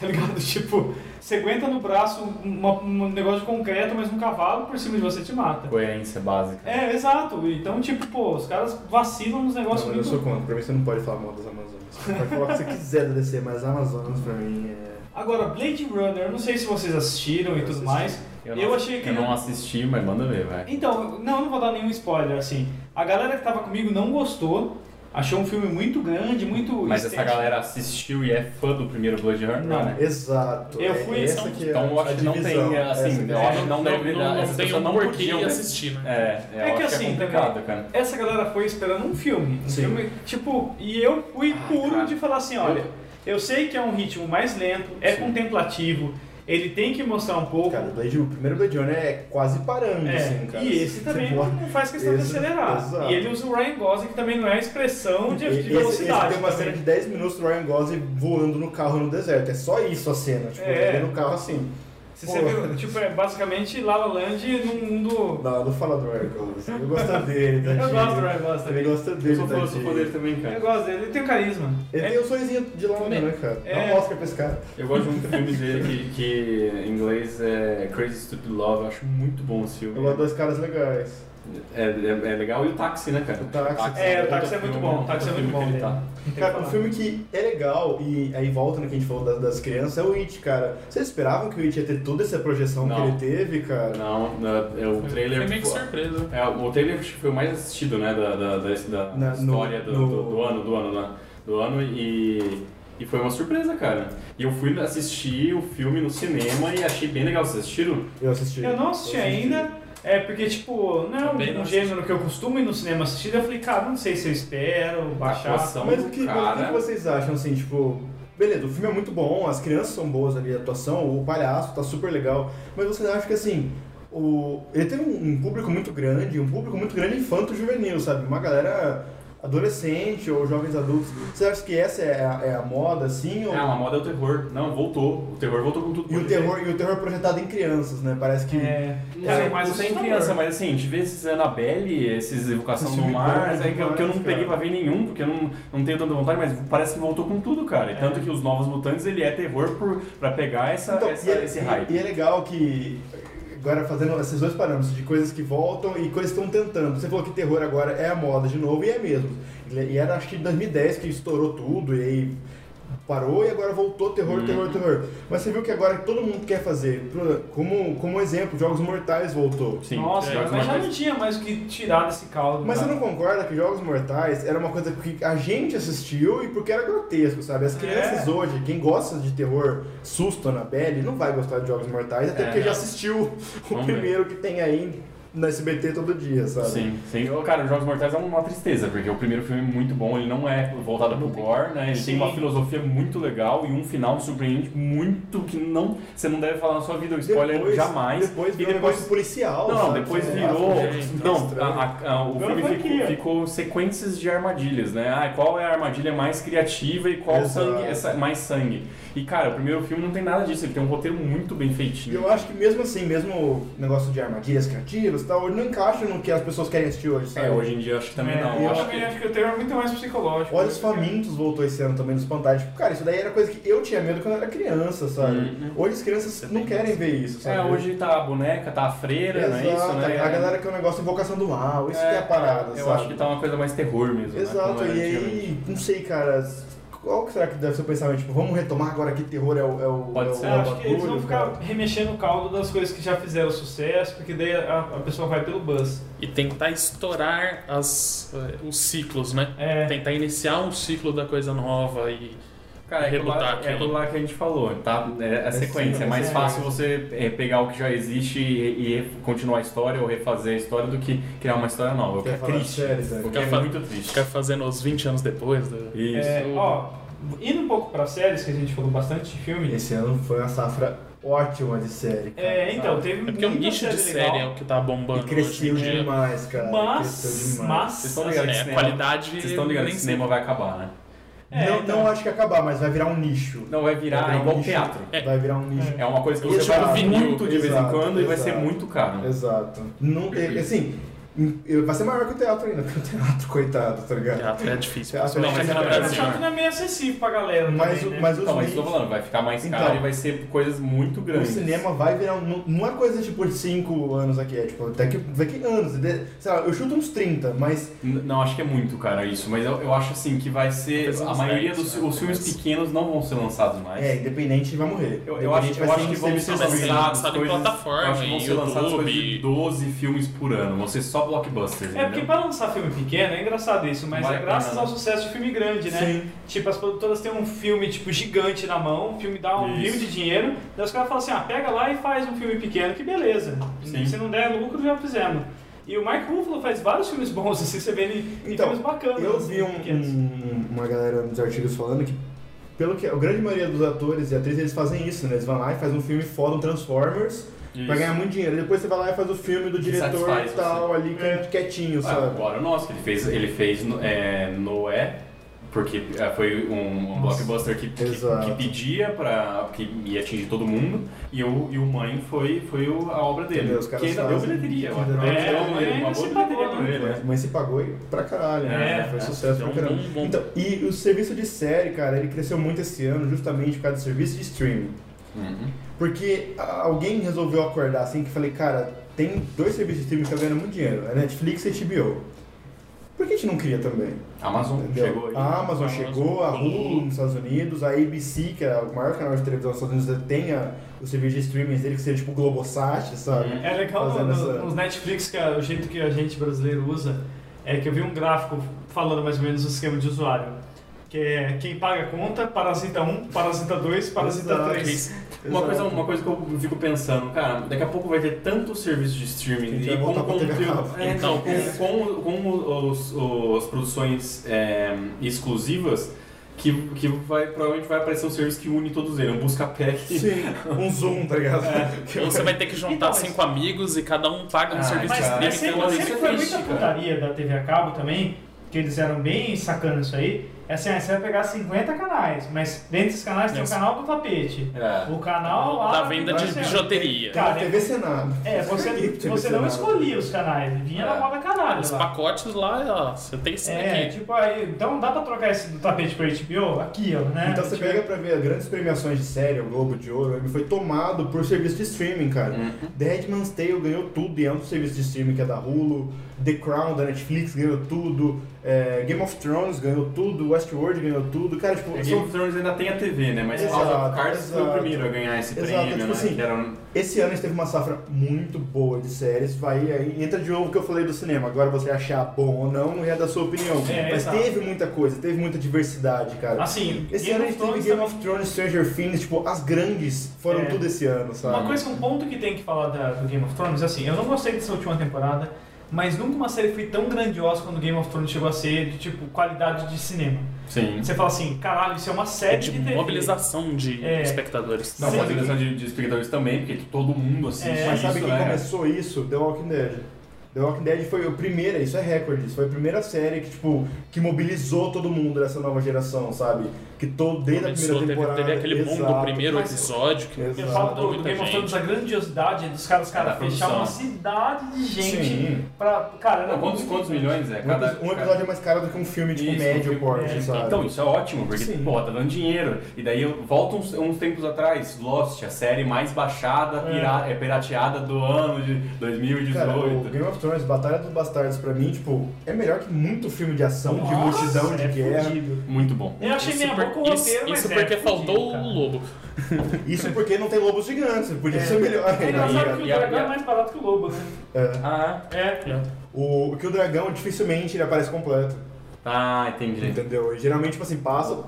Tá ligado? Tipo, você aguenta no braço uma- um negócio de concreto, mas um cavalo por cima de você te mata.
Coerência básica.
É, exato. Então, tipo, pô, os caras vacilam nos negócios
não, eu
muito.
sou contra. Pra mim você não pode falar mal das Amazonas. Pode falar o que você quiser da DC, mas Amazonas pra mim é.
Agora, Blade Runner, eu não sei se vocês assistiram e
Eu
tudo
assisti.
mais. Eu,
não-
achei que.
Eu não assisti, mas manda ver, vai.
Então, não, eu não vou dar nenhum spoiler, assim. A galera que tava comigo não gostou. Achou um filme muito grande, muito.
Mas essa
extenso.
galera assistiu e é fã do primeiro Blood Runner,
Não.
né?
Exato.
Eu
é
fui-
essa
então-
que é
Então eu
a
acho que não
divisão,
tem,
essa
assim,
que
eu
né?
é.
acho que não deve
né? não,
essas
tem
pessoas
um
não
porquê
podiam
de
ter-
assistir, né?
É, eu
É
acho
que
que
assim,
é complicado, cara.
Essa galera foi esperando um filme. Um
Sim.
filme, tipo, e eu fui
Ah,
puro
cara.
de falar assim, olha, eu sei que é um ritmo mais lento, é
Sim.
contemplativo, ele tem que mostrar um pouco.
Cara, o, Blade, o primeiro Blade Runner é quase parando,
é,
assim, cara.
e esse
Você
também
bota-
não faz questão de
esse-
acelerar.
exato.
E ele usa o Ryan Gosling, que também não é a expressão de, de
Esse-
velocidade.
esse tem uma
também.
cena
né?
de 10 minutos do Ryan Gosling voando no carro no deserto. É só isso a cena. Tipo,
É.
ele no carro assim.
Se
Pô.
você viu, tipo, é basicamente La La Land num mundo...
Não, não fala do Ryan Gosling. Eu gosto dele,
Eu
tadinho.
gosto do Ryan Gosling
Também
também.
gosto dele,
Eu sou fã, sou
tadinho.
fã dele também,
Eu
cara.
gosto dele, ele tem um carisma.
Ele
É-
tem o sorrisinho de lado, né, cara?
É.
Dá um Oscar pra esse cara.
Eu gosto muito do filme dele, que, que em inglês é Crazy Stupid Love. Eu acho muito bom esse filme.
Eu gosto dois caras legais.
É, é, é legal. E o táxi, né, cara?
O Táxi.
É, o
outro
Táxi é muito
filme, né?
bom, o Táxi é
outro
muito
filme que
bom,
ele
Cara, um filme que é legal, e aí volta no que a gente falou das, das crianças, é o It, cara. Vocês esperavam que o It ia ter toda essa projeção
Não.
que ele teve,
tá.
cara?
Não, não, é o trailer.
Foi meio que
pô,
surpresa.
É, o trailer acho que foi o mais assistido, né, da, da, da, da
Na- no-
história do,
no-
do, do ano, do ano, né, do ano e, e foi uma surpresa, cara. E eu fui assistir o filme no cinema e achei bem legal. Vocês assistiram?
Eu assisti.
Eu não assisti ainda, é porque, tipo, não é
Também
um,
não
um
assisti.
gênero que eu costumo ir no cinema assistir. Eu falei, cara, não sei se eu espero
A
baixar.
atuação
Mas
do
o que,
cara...
o que que vocês acham, assim, tipo... Beleza, o filme é muito bom, as crianças são boas ali, a atuação, o palhaço tá super legal, mas vocês acham que, assim... O... Ele tem um, um público muito grande, um público muito grande infanto-juvenil, sabe? Uma galera adolescente ou jovens adultos. Vocês acham que essa é a, é a moda, assim? Ou...
Ah, uma moda é o terror. Não, voltou. O terror voltou com tudo.
E o, terror, e o terror projetado em criasas, né? Parece que...
É,
Não,
cara,
né? é,
é mais
mas sem
assustador.
criança, mas assim, a gente vê esses Annabelle, esses Evocação
Esse
do
filme bom,
Mar, é que,
demais,
que eu não
cara.
peguei pra ver nenhum, porque eu não, não tenho tanta vontade, mas parece que voltou com tudo, cara. E Tanto que os Novos Mutantes, ele é terror por, pra pegar essa,
Então,
essa-
e, é,
esse
e-
hype.
e é legal que agora fazendo esses dois parâmetros de coisas que voltam e coisas que estão tentando. Você falou que terror agora é a moda de novo e é mesmo. E era acho que em 2010 que estourou tudo e aí parou e agora voltou terror,
Uhum.
terror, terror. Mas você viu que agora todo mundo quer fazer. Pro- Como, como exemplo, Jogos Mortais voltou.
Sim,
Nossa,
Jogos
mas já
Mortais.
não tinha mais o que tirar desse caldo.
Mas você
cara.
não concorda que Jogos Mortais era uma coisa que a gente assistiu e porque era grotesco, sabe? As crianças
É.
hoje, quem gosta de terror, susto, Annabelle, não vai gostar de Jogos Mortais, até
É,
porque
não.
já assistiu o
Não
primeiro que tem aí na SBT todo dia, sabe?
Sim, sim. Eu, Cara, Jogos Mortais é uma tristeza, porque o primeiro filme é muito bom, ele não é voltado pro gore, né? Ele
Sim.
tem uma filosofia muito legal e um final surpreendente muito que não, você não deve falar na sua vida, o spoiler jamais.
Depois
e
virou um
depois
negócio policial.
Não,
sabe?
depois
Sei lá,
virou.
ficou um negócio meio
Não,
estranho.
a- a- o
Virou
filme
franquia.
ficou, ficou sequências de armadilhas, né? Ah, qual é a armadilha mais criativa e qual
Exato.
sangue, essa, mais sangue. E cara, o primeiro filme não tem nada disso, ele tem um roteiro muito bem
E
feitinho.
eu acho que mesmo assim, mesmo o negócio de armadilhas criativas e tal, não encaixa no que as pessoas querem assistir hoje, sabe?
É, hoje em dia eu acho que também
É,
não.
Eu,
Eu acho
também
que-
acho que o terror é muito mais psicológico.
Olhos Famintos voltou esse ano também nos pantais. Tipo, cara, isso daí era coisa que eu tinha medo quando eu era criança, sabe?
Uhum.
Hoje as crianças não querem ver isso, sabe?
É, hoje tá a boneca, tá a freira,
Exato,
não é isso, né?
a galera que é um negócio invocação do mal, isso que é a parada,
Eu
sabe?
acho que tá uma coisa mais terror mesmo. né?
Exato,
Como era
e
antigamente.
aí, não sei, cara, qual que será que deve ser o pensamento? Tipo, vamos retomar agora que terror é o. É o
Pode
é o-
ser.
é
Eu
o
acho que eles vão
bagulho,
ficar
cara.
remexendo o caldo das coisas que já fizeram sucesso, porque daí a, a pessoa vai pelo buzz.
E tentar estourar as, eh, os ciclos, né?
É.
Tentar iniciar um ciclo da coisa nova e
Cara, é aquilo,
rebutar
lá, é
aquilo.
aquilo lá que a gente falou, tá? É a sequência. É mais
sim.
fácil você é, pegar o que já existe e, e continuar a história ou refazer a história do que criar uma história nova. O que
Quer
é
falar
triste.
sério, Zé?
O que é
Quer fa-
muito triste.
ficar fazendo os 20 anos depois. né?
Isso.
É, ó, indo um pouco pra séries, que a gente falou bastante de filme.
Esse ano foi uma safra ótima de série. cara,
É, então,
sabe?
teve
É porque o
muita
nicho de
série legal.
série é o que tá bombando.
E cresceu
hoje em dia.
demais, cara.
Mas,
cresceu tá demais.
mas,
Vocês estão ligados
É,
que
a
cinema-
qualidade.
Vocês estão ligados
nem
que o
sempre-
cinema vai acabar, né?
É,
não,
então.
não acho que acabar, mas vai virar um nicho.
Não, vai virar,
vai
é igual
um nicho,
teatro.
Vai virar um nicho.
É uma coisa que
Isso
você
é
vai
um
ouvir
vinil.
muito de vez em
Exato,
quando e vai ser
exato.
muito caro.
Exato. Não, é- assim, Vai ser maior que o teatro ainda, porque o teatro, coitado, tá ligado?
Teatro é difícil.
Teatro é
Não, mas é
difícil.
na
O
Brasil.
teatro não é meio acessível pra galera.
Mas,
também,
o-
né?
mas os
Então, mas isso que eu tô
vídeos-
falando, vai ficar mais
Então.
caro e vai ser coisas muito
o
grandes.
cinema vai virar. um- Não é coisa tipo de 5 anos aqui, é tipo, daqui, daqui anos. de- Sei lá, eu chuto uns 30, mas
N- Não, acho que é muito, cara, isso. Mas eu, eu acho assim que vai ser.
Talvez
A
uns
maioria
10,
dos
né?
os filmes pequenos não vão ser lançados mais.
é, independente vai morrer.
Eu, eu acho,
Independente
eu
vai
acho
ser
que
um
vão ser
serviço
lançados.
streaming.
lançado em
coisas-
plataforma,
eu acho que vão
em
ser lançados
YouTube.
coisas de 12 filmes por ano. Vão ser só blockbusters.
É porque
entendeu?
pra lançar filme pequeno é engraçado isso, mas
Vale
é
a
graças
pena,
ao
né?
sucesso de filme grande, né?
Sim.
Tipo, as produtoras têm um filme tipo gigante na mão, o filme dá um
Isso.
milhão de dinheiro, daí os caras falam assim, ah, pega lá e faz um filme pequeno, que beleza.
Sim.
Se não der lucro, já fizemos. E o Mark Ruffalo faz vários filmes bons, assim, você vê ele em
Então,
filmes bacanas.
Eu
assim,
vi um-
pequenos.
um- uma galera nos artigos falando que, pelo que a grande maioria dos atores e atrizes eles fazem isso, né? Eles vão lá e fazem um filme foda, um Transformers,
Ah,
pra ganhar muito dinheiro. Depois você vai lá e faz o filme do
Que
diretor
satisfaz
e tal, ali
É.
quietinho,
Ah,
sabe?
agora o nosso, que ele fez, ele fez no- é, Noé, porque é, foi um, um blockbuster que, que,
Exato.
que pedia pra. que ia atingir todo mundo, e o, e o Mãe foi, foi o- a obra dele.
Entendeu? Os caras
que ainda deu
fazem-
bilheteria,
que
ó.
ainda deu
É,
bilheteria.
uma- uma boa
Esse
bilheteria
padrão,
pra ele, né?
Mas se pagou e pra caralho, né?
É,
Foi
é.
sucesso pra
Então,
caralho.
bom, bom.
Então, e o serviço de série, cara, ele cresceu muito esse ano justamente por causa do serviço de streaming.
Uhum.
Porque a- alguém resolveu acordar assim que falei, cara, tem dois serviços de streaming que estão ganhando muito dinheiro, a Netflix e a HBO. Por que a gente não cria também?
Amazon
Entendeu? Ah,
chegou aí.
A Amazon
A
chegou, a
Amazon.
Hulu nos Estados Unidos, a ABC, que é o maior canal de televisão dos Estados Unidos, tem a, o serviço de streaming dele, que seria tipo o Globosat, sabe?
Uhum.
É legal no-
Fazendo
no-
essa-
nos Netflix que a- o jeito que a gente brasileiro usa é que eu vi um gráfico falando mais ou menos o esquema de usuário. Que é quem paga a conta, parasita 1, parasita 2, parasita
Exato.
3.
Uma
Exato.
coisa, uma coisa que eu fico pensando, cara, daqui a pouco vai ter tanto serviço de
A
streaming
gente
e
vai
com
voltar pra TV a
conteúdo.
cabo.
É, então, com,
É.
com, com os, os- as produções é, exclusivas, que, que vai, provavelmente vai aparecer um serviço que une todos eles, um busca pack.
Sim, um Zoom, tá ligado? Que
Ou Você vai ter que juntar
Então, mas-
cinco amigos e cada um paga um
Ah,
serviço
Mas,
de
cara,
mas
streaming.
esse-
então
sempre,
cada um-
sempre
esse- isso é
foi
triste,
muita
cara.
putaria da TV a cabo também, que eles eram bem sacando isso aí. É assim, ah, você vai pegar 50 canais, mas dentro desses canais tem o
Isso.
canal do tapete.
É.
O canal lá...
Da venda de
Não sei,
bijuteria.
ah, é Cara,
TV Senado.
É, você,
TV
você não
Senado.
escolhia os canais, vinha na
É.
moda caralho
Ah, Os
lá.
pacotes lá, ó, você tem isso
É,
aqui.
tipo aí, então dá pra trocar esse do tapete pra HBO? Aqui, ó, né?
Então você
Tipo,
pega pra ver as grandes premiações de série, o Globo de Ouro, ele foi tomado por serviço de streaming,
Uhum.
cara. The Headman's Tale ganhou tudo e é um serviço de streaming que é da Hulu, The Crown da Netflix ganhou tudo, é, Game of Thrones ganhou tudo, Westworld ganhou tudo, cara, tipo,
É, Game
são-
of Thrones ainda tem a TV, né? Mas
Exato,
House of Cards foi o
exato.
primeiro a ganhar esse
Exato,
prêmio,
tipo
né?
assim,
que era um-
esse ano a gente teve uma safra muito boa de séries, vai aí, entra de novo o que eu falei do cinema, agora você achar bom ou não é da sua opinião,
É,
mas
exato.
teve muita coisa, teve muita diversidade, cara.
Assim,
Esse
Game
ano a
of
gente teve
Thrones
Game
também-
of Thrones, Stranger Things, tipo, as grandes foram
É.
tudo esse ano, sabe?
Uma coisa, um ponto que tem que falar da- do Game of Thrones, assim, eu não gostei dessa última temporada, mas nunca uma série foi tão grandiosa quando Game of Thrones chegou a ser de, tipo, qualidade de cinema.
Sim.
Você fala assim, caralho, isso é uma série
de
TV.
mobilização de
É.
espectadores.
Não,
Sim.
mas a direção de, de espectadores também, porque todo mundo assiste.
É,
Mas sabe
isso,
quem
né?
começou isso? The Walking Dead. The Walking Dead foi a primeira, isso é recorde, isso foi a primeira série que, tipo, que mobilizou todo mundo dessa nova geração, sabe? Que todo, desde
Começou,
a primeira
teve,
temporada.
teve aquele boom do
exato.
primeiro
Mas-
episódio que
Exato.
Eu falo
matou
do, do
muita
Game of Thrones,
gente.
a grandiosidade dos caras, cara,
Da
fechar
produção.
uma cidade de gente
Sim.
pra. Cara, era
Não, quantos,
muito-
quantos milhões é?
Um epi-
Cada,
um episódio é mais caro do que um filme, tipo,
Isso, um
médio
filme
porte,
médio.
sabe?
Então, isso é ótimo, porque,
Sim.
pô, tá dando dinheiro. E daí eu volto uns, uns tempos atrás, Lost, a série mais baixada,
É.
pira- é. pirateada do ano de
Cara, o
2018.
Game of Thrones, Batalha dos Bastardos, pra mim, tipo, é melhor que muito filme de ação, de
Nossa,
multidão, de
é
guerra.
fudido.
Muito bom.
Eu achei
isso
meia boca
por-
o roteiro,
isso,
mas
isso
é
porque
fudido,
faltou
cara.
o lobo.
Isso porque não tem lobos gigantes, podia
É.
ser melhor.
um
É engraçado que o
E a-
dragão
e a-
é mais barato que o lobo, né?
É.
Ah,
É.
O, que o dragão dificilmente ele aparece completo.
ah entendi.
Entendeu? E geralmente, tipo assim, passa.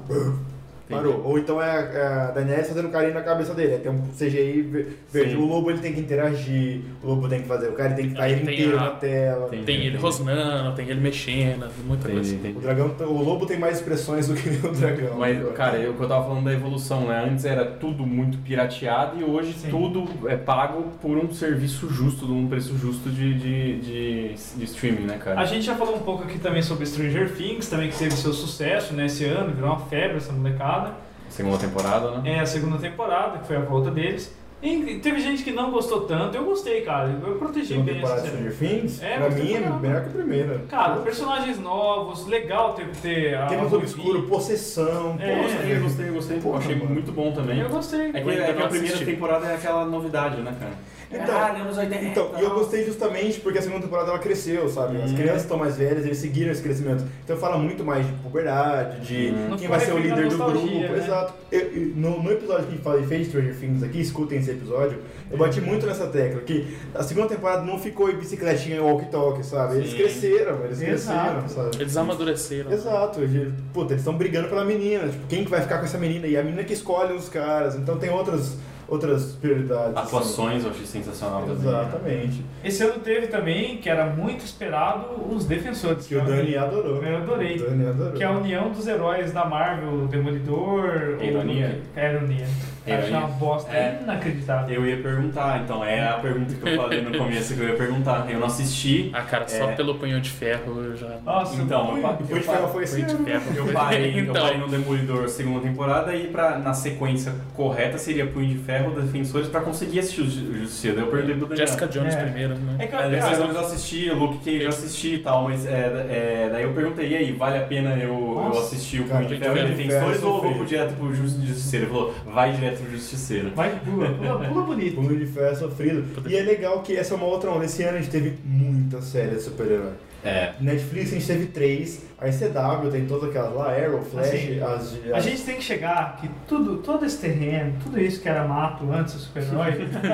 Parou. Ou então é, é a Daenerys fazendo carinho na cabeça dele. Aí Tem um CGI ver- verde.
Sim. É,
O lobo ele tem que interagir, o lobo tem que fazer. O cara tem que estar
Aí
ele
tem
inteiro
a-
na tela.
Tem-
Tem ele rosnando, tem ele mexendo, muita
Entendi,
coisa.
O
entendi.
dragão, o lobo tem mais expressões do que o é um dragão.
Mas, cara, eu, o que eu tava falando da evolução, né? Antes era tudo muito pirateado e hoje
Sim.
tudo é pago por um serviço justo, de um preço justo de, de, de, de streaming, né, cara?
A gente já falou um pouco aqui também sobre Stranger Things, também que teve seu sucesso né, esse ano, virou uma febre essa molecada.
Segunda temporada, né?
É a segunda temporada, que foi a volta deles. E teve gente que não gostou tanto, eu gostei, cara. Eu protegi
Segunda
bem
temporada
essa
de
série.
Stranger Things,
É,
pra
gostei
mim, é
pra caramba.
melhor que a primeira.
Cara, personagens novos, legal ter, ter a.
Temos
a-
Obscuro, Possessão,
É,
pô,
Gostei, gostei, gostei.
Porra,
Achei
mano.
muito bom também.
Eu gostei.
É que,
Eu ainda
é que
não
a primeira
assisti.
temporada é aquela novidade, né, cara?
Então,
ah, anos 80.
Então, e eu gostei justamente porque a segunda temporada ela cresceu, sabe?
Uhum.
As crianças estão mais velhas, eles seguiram esse crescimento. Então fala muito mais de puberdade, de
Uhum.
Não
quem vai ser o
fica
líder do
naquela
grupo.
nostalgia, né?
Exato. Eu- eu- no, no episódio que a gente fala de fez Stranger Things aqui, escutem esse episódio, eu bati muito nessa tecla, que a segunda temporada não ficou em bicicletinha e walk-talk, sabe? Eles
Sim.
cresceram, eles
Exato.
cresceram, sabe?
Eles amadureceram.
Exato, eles- puta, eles estão brigando pela menina, tipo, quem que vai ficar com essa menina? E a menina que escolhe os caras, então tem outras, outras prioridades. assim.
Atuações eu achei sensacional também. né?
Exatamente.
Esse ano teve também, que era muito esperado, os Defensores.
Que o
cara.
Dani adorou. né?
Eu adorei.
O Dani adorou.
Que é a união dos heróis da Marvel, o Demolidor.
É ironia?
O... É ironia. Eu Achei
Ironia.
uma bosta
É.
inacreditável.
Eu ia perguntar, então, é a pergunta que eu falei no começo que eu ia perguntar. Eu não assisti.
Ah, cara, só
É.
pelo punhão de ferro eu já.
Nossa,
Então, eu,
muito-
pa-
O
eu,
Punho de
pa-
Ferro foi esse
punho de
ano.
ferro.
eu parei, eu
então,
parei no Demolidor segunda temporada e pra, na sequência correta seria Punho de Ferro, Defensores, pra conseguir assistir o Ju- Justiceiro. Eu perguntei pro Daniel.
Jessica Jones
É.
primeiro, né?
É que eu,
É,
cara,
Defensores eu já assisti, Luke Cage eu assisti e tal, mas é, é, daí eu perguntei, e aí, vale a pena eu, eu
Nossa,
assistir o
cara, é
Punho de
Punho
Ferro
de
e
Ferro
Defensores ou eu
sofrido.
vou direto pro Justi- Justiceiro? Ele falou, vai direto pro Justiceiro.
Vai, pula, pula, pula bonito.
Punho de ferro é sofrido. E é legal que essa é uma outra onda. Esse ano a gente teve muita série de super-herói.
É.
Netflix a gente teve três. A CW tem todas aquelas lá, Arrow, Flash,
Assim,
as,
A
as-
gente tem que chegar que tudo, todo esse terreno, tudo isso que era mato antes do super-herói,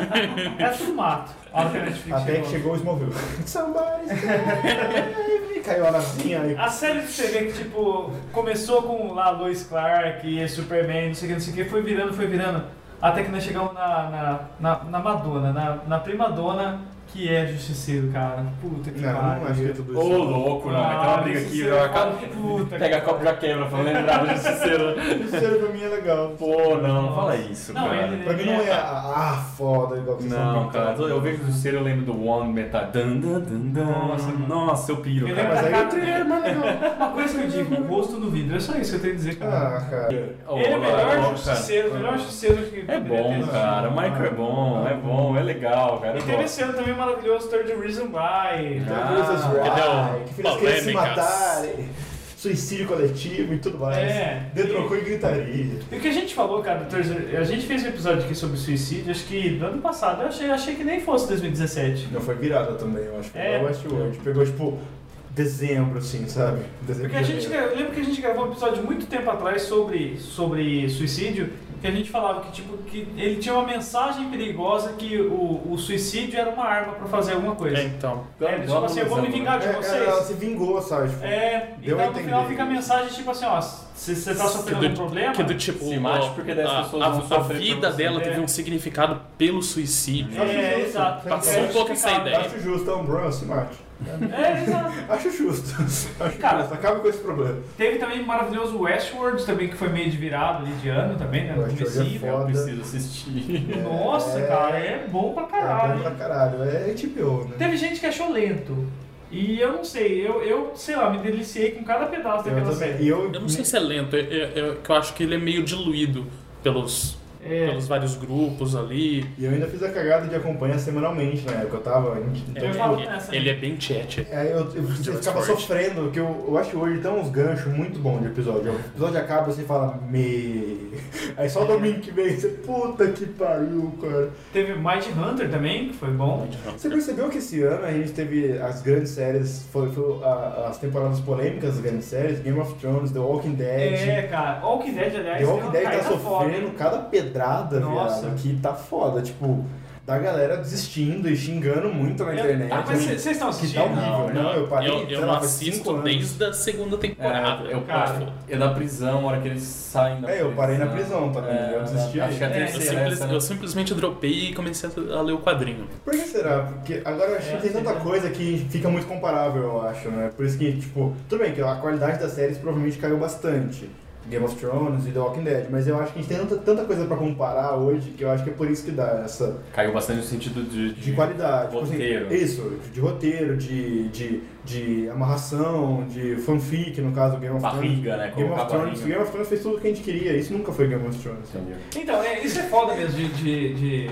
era tudo mato. A hora que a Netflix
Até que chegou o Smallville. Somebody save me. Caiu a nazinha aí.
A série de TV que, tipo, começou com lá Lois Clark e Superman, não sei o que, não sei o que, foi virando, foi virando, até que nós chegamos na, na, na, na Madonna, na, na primadona, que é Justiceiro, cara. Puta que
Não, não acho que é
pariu.
tudo
Ô,
isso.
louco, não, vai ter uma briga aqui.
Justiceiro, é
eu acabo-
puta
Pega a
que
copa e já quebra, falando lembrar do Justiceiro.
Isso era pra mim é legal.
Pô, não, não fala isso,
Não,
cara.
ele-
Pra mim não é a, ah, foda igual que vocês
Não,
estão
cara,
cantando.
eu vejo o Justiceiro, eu lembro do One Metal. Dan, dan, dan, dan.
Nossa, mano.
nossa, eu piro,
Eu
cara.
Mas aí
Cara,
o trailer é mais legal.
Uma coisa que eu digo, o rosto no vidro, é só isso que eu tenho a dizer, cara.
Ah, cara.
Ô,
Ele é o
cara,
melhor
cara.
justiceiro, o melhor justiceiro que
É
poderia ter
bom,
no
cara. O
filme.
Michael é bom, é bom, é legal, cara.
E
eu
teve
gosto.
esse ano também maravilhoso Third Reason Why.
Então,
Ah,
coisas
entendeu?
que fez as crianças se
Polêmicas.
matarem, suicídio coletivo e tudo mais.
É.
Dentro do cu e gritaria.
E o que a gente falou, cara, do Third- a gente fez um episódio aqui sobre suicídio, acho que do ano passado, eu achei, achei que nem fosse 2017.
Não, foi virada também, eu acho. Foi
É.
é. Westworld. Pegou, tipo, dezembro, assim, sabe? Dezembro.
Porque a gente, eu lembro que a gente gravou um episódio muito tempo atrás sobre, sobre suicídio, que a gente falava que, tipo, que ele tinha uma mensagem perigosa que o, o suicídio era uma arma pra fazer alguma
É,
coisa.
então.
É, tipo assim, eu vou me vingar de
É, ela
vocês.
se vingou, sabe? Tipo,
É, e
Deu a
daí no final
entender.
fica a mensagem tipo assim, ó, se você tá sofrendo algum problema,
que do tipo.
Se mate,
ó,
porque dez
a,
pessoas
a-
vão
a
sofrer por
vida
você.
dela teve
É.
um significado pelo suicídio.
É, exato.
Passou
É
um pouco essa
justificável.
ideia.
Acho justo, é um Brown, se mate.
É, exato.
Acho justo. Acho
Cara,
justo. Acaba com esse problema.
Teve também o maravilhoso Westworld também, que foi meio de virado ali de ano também, né? No
Westworld é
comecinho.
foda.
Eu preciso assistir.
Nossa,
É.
cara, é bom pra
É
caralho.
bom pra
hein?
caralho. É HBO, né?
Teve gente que achou lento. E eu não sei, eu, eu sei lá, me deliciei com cada pedaço
Eu
daquela
também.
série.
E eu,
Eu não sei se é lento, eu, eu, eu- que eu acho que ele é meio diluído pelos,
É,
pelos vários grupos ali.
E eu ainda fiz a cagada de acompanhar semanalmente na época. Eu tava.
É,
Então,
Eu
tipo,
falo nessa,
ele é bem chat.
é, eu, eu, você
Just
ficava
Forge.
sofrendo, porque eu, eu acho hoje tão uns ganchos muito bons de episódio. O episódio acaba, você fala, me. Aí só domingo que vem, você, puta que pariu, cara.
Teve Might Hunter também, que foi bom.
Você percebeu que esse ano a gente teve as grandes séries, foi, foi a- as temporadas polêmicas das grandes séries, Game of Thrones, The Walking Dead.
É, cara. Walking Dead, aliás,
The Walking
deu uma
Dead tá
caída foda, hein?
sofrendo cada pedrada,
Nossa.
viado, que tá foda, tipo, da galera desistindo e xingando muito na
Eu-
internet.
Ah, mas vocês estão
Que tá
assistindo?
horrível, né?
Não, eu,
parei,
eu,
sei
não
lá, faz cinco
assisto
anos.
desde a segunda temporada.
É, eu
Cara.
paro. É da prisão, a hora que eles saem da É,
É, eu parei na prisão também, eu desisti
Acho que a
aí.
Eu,
terceira é
simples-
essa, né?
eu simplesmente dropei e comecei a, a ler o quadrinho.
Por que será? Porque agora eu acho
É,
que tem tanta coisa que fica muito comparável, eu acho, né? Por isso que, tipo, tudo bem que a qualidade das séries provavelmente caiu bastante. Game of Thrones e The Walking Dead, mas eu acho que a gente tem tanta, tanta coisa pra comparar hoje que eu acho que é por isso que dá essa
Caiu bastante no sentido de...
de qualidade. Tipo assim,
Roteiro.
isso, de roteiro, de, de, de amarração, de fanfic, no caso Game of
Barriga, né?
Thrones. Game
Colocar
of Thrones,
barriga.
Game of Thrones fez tudo o que a gente queria, isso nunca foi Game of Thrones.
Entendeu?
Então, é, isso é foda mesmo de, de, de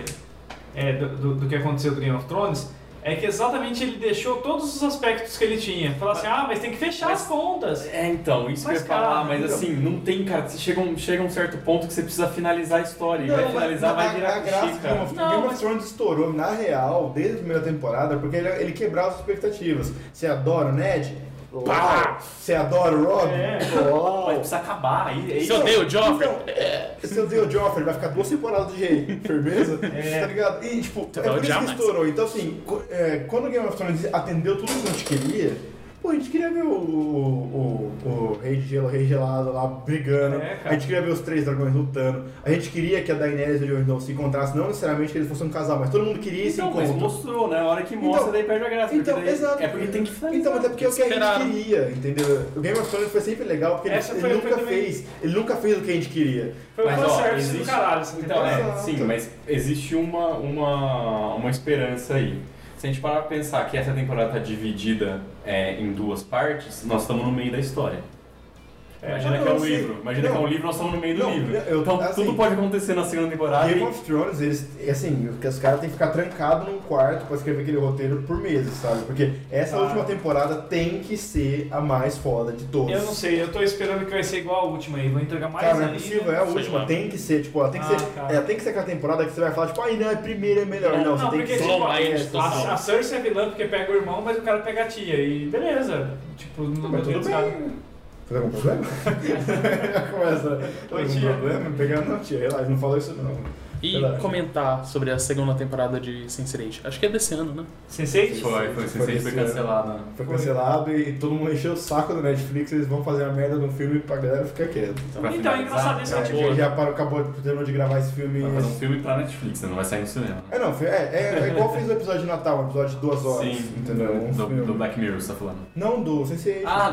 é, do, do- do que aconteceu com Game of Thrones é que exatamente ele deixou todos os aspectos que ele tinha. Falar assim, ah, mas tem que fechar
Mas-
as pontas.
É, então, isso
Mas,
que eu ia falar,
cara,
mas
não.
assim, não tem, cara. Você chega, um, chega um certo ponto que você precisa finalizar a história. E
Não,
vai
mas
finalizar,
a-
vai virar
a graça de
Cuxi,
Game
cara.
of,
Não,
Game
mas-
of Thrones estourou, na real, desde a primeira temporada, porque ele, ele quebrava as expectativas. Você adora o Ned? Pá! Você adora o Rob?
É.
Mas
Pau!
precisa acabar. Aí, aí-
Se eu
Então,
dei o Joffrey.
Você odeia o é, Joffrey, vai ficar duas temporadas de rei, firmeza? Tá ligado? E, tipo, é por
vai
isso
odiar
que
mais.
estourou. Então, assim, co- é, quando o Game of Thrones atendeu tudo que a gente queria, pô, a gente queria ver o, o, o- o Rei de Gelo, o Rei Gelado lá brigando,
É, cara.
a gente queria ver os três dragões lutando, a gente queria que a Daenerys e o Jon Snow se encontrassem, não necessariamente que eles fossem um casal, mas todo mundo queria esse
Então, mas
encontro.
mostrou, né? A hora que mostra,
Então-
daí perde a graça.
Então,
porque daí-
exato.
É porque tem que finalizar.
Então, mas é porque é o que a
Esperaram.
gente queria, entendeu? O Game of Thrones foi sempre legal porque ele,
Essa
ele
foi- foi
nunca
também-
fez. Ele nunca fez o que a gente queria.
Foi o
Mas, ó,
fanservice do
existe-
caralho. essa
Então,
temporada.
é,
Exato.
sim, mas existe uma, uma, uma esperança aí. Se a gente parar pra pensar que essa temporada tá dividida é, em duas partes, nós estamos no meio da história. Imagina
Não,
que é um
eu sei.
livro. Imagina que é
Não.
um livro, nós estamos no meio do
Não,
livro.
eu-
então
assim,
tudo pode acontecer na segunda temporada.
Game
e-
of Thrones, eles, assim, que os caras têm que ficar trancados num quarto pra escrever aquele roteiro por meses, sabe? Porque essa
Ah.
última temporada tem que ser a mais foda de todas.
Eu não sei, eu tô esperando que vai ser igual a última aí. Vou entregar mais
Cara, não é
ainda.
possível, é a
sei
última,
lá.
tem que ser, tipo, ela tem que
Ah,
ser.
cara.
ela tem que ser aquela temporada que você vai falar, tipo, ai não, é primeira é melhor. Não,
Não,
você tem que
porque,
ser.
tipo,
Blow mind
é,
total.
A, a Cersei é vilã porque pega o irmão, mas o cara pega a tia. E beleza. Tipo, não
Mas tudo bem. Tem algum problema? Começa.
Oi,
Algum
tia.
problema? Pegar, não, tia, relaxa, não fala isso não.
E
Verdade.
comentar sobre a segunda temporada de Sense8. Acho que é desse ano, né?
Sensei?
Foi, foi,
Foi
foi, foi
desse ano.
cancelada.
Foi cancelado e todo mundo encheu o saco do Netflix, eles vão fazer a merda do filme pra galera ficar quieta.
Pra
Então, é
finalizar,
engraçado isso,
Cara,
né?
a
Tipo,
gente já parou, acabou terminou de gravar esse filme.
Vai fazer um filme pra Netflix, né? Não vai sair no cinema.
É não, é, é, é igual fez o episódio de Natal, um episódio de duas horas,
Sim,
entendeu? Um
do,
filme.
do Black Mirror, você tá falando.
Não do Sensei.
Ah,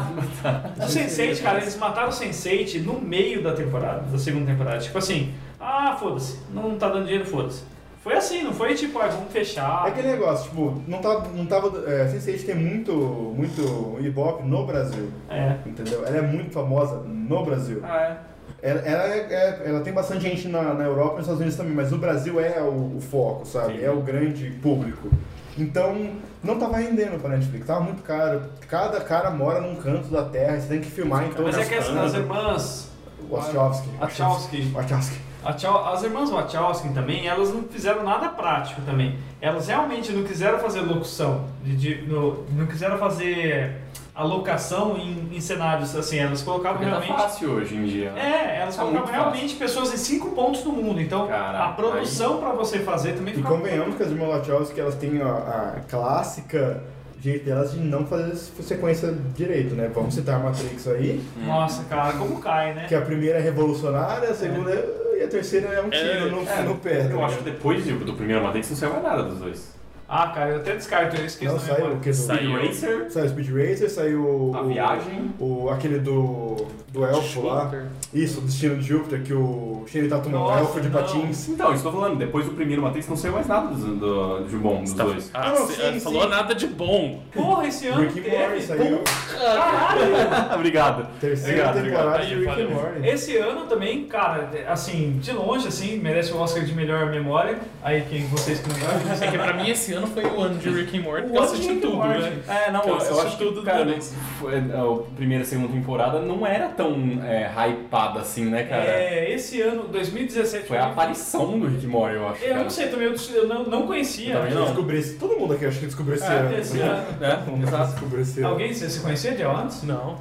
do-
O Sensei, cara, eles mataram o Sensei no meio da temporada, da segunda temporada. Tipo assim, ah, foda-se, não tá dando dinheiro, foda-se. Foi assim, não foi tipo, ah, vamos fechar.
É aquele negócio, tipo, não tava. Não tava é, Sensei tem muito, muito ibope no Brasil,
É.
entendeu? Ela é muito famosa no Brasil.
Ah, é.
Ela, ela, é- é- ela tem bastante gente na, na Europa e nos Estados Unidos também, mas o Brasil é o, o foco, sabe?
Sim.
É o grande público. Então, não tava rendendo pra Netflix, tava muito caro. Cada cara mora num canto da terra, você tem que filmar em
Então,
todas
Mas é
as
que as, as irmãs.
Wachowski.
Wachowski.
Wachowski.
Wachow- As irmãs Wachowski também, elas não fizeram nada prático também. Elas realmente não quiseram fazer locução, de- de- no- não quiseram fazer alocação em, em cenários assim. Elas colocavam
porque tá
realmente.
fácil hoje em dia. né?
É, elas
Tá
colocavam
muito fácil.
realmente pessoas em cinco pontos do mundo. Então
Cara,
a produção pra você fazer também
E
ficava.
convenhamos que as irmãs Wachowski, elas têm a, a clássica jeito delas de não fazer sequência direito, né? Vamos citar a Matrix aí,
Nossa, cara, como cai, né?
que a primeira é revolucionária, a segunda é- e a terceira é um tiro
É,
no,
É,
no pé.
Eu
tá
acho
ligado?
que depois de- do primeiro Matrix não saiu mais nada dos dois.
Ah, cara, eu até descarto, eu esqueço
Não,
da
saiu
memória.
o que? do-
Saiu.
Racer,
Saiu o Speed Racer, saiu o.
A
o-
Viagem.
O, aquele do. do elfo lá.
Júpiter.
Isso, o Destino de Júpiter, que o Shane tá tomando um
Nossa,
elfo de
não.
patins.
Então, isso que eu tô falando, depois do primeiro Matrix não saiu mais nada dos, do, de bom dos
Tá-
dois.
Ah,
Não,
cê-
sim,
falou
sim.
nada de bom.
Porra, esse ano
Rick and Morty
teve.
saiu.
Ah, obrigado.
Terceira
Obrigado,
temporada
obrigado.
de
Aí,
Rick and
valeu.
Morty.
Esse ano também, cara, assim, de longe, assim, merece o Oscar de melhor memória. Aí quem vocês que não gostam,
É que pra mim esse ano foi o ano de Rick and Morty, porque eu
O ano de
assisti
Rick and
tudo,
Morty.
né?
É, não,
Eu
eu,
assisti
acho
tudo
que, cara,
do-
não- foi- a primeira e segunda temporada não era tão é, hypada assim, né, cara?
É, esse ano, 2017,
Foi a aparição do Rick Mori, eu acho.
É, eu
cara.
não sei também, eu, eu não, não
Eu
conhecia.
também
Eu
não.
descobri esse- Todo mundo aqui acho que descobriu esse
Ah,
ano.
esse ano.
É, exato.
Descobriu esse ano.
Alguém, você se conhecia de antes?
Não.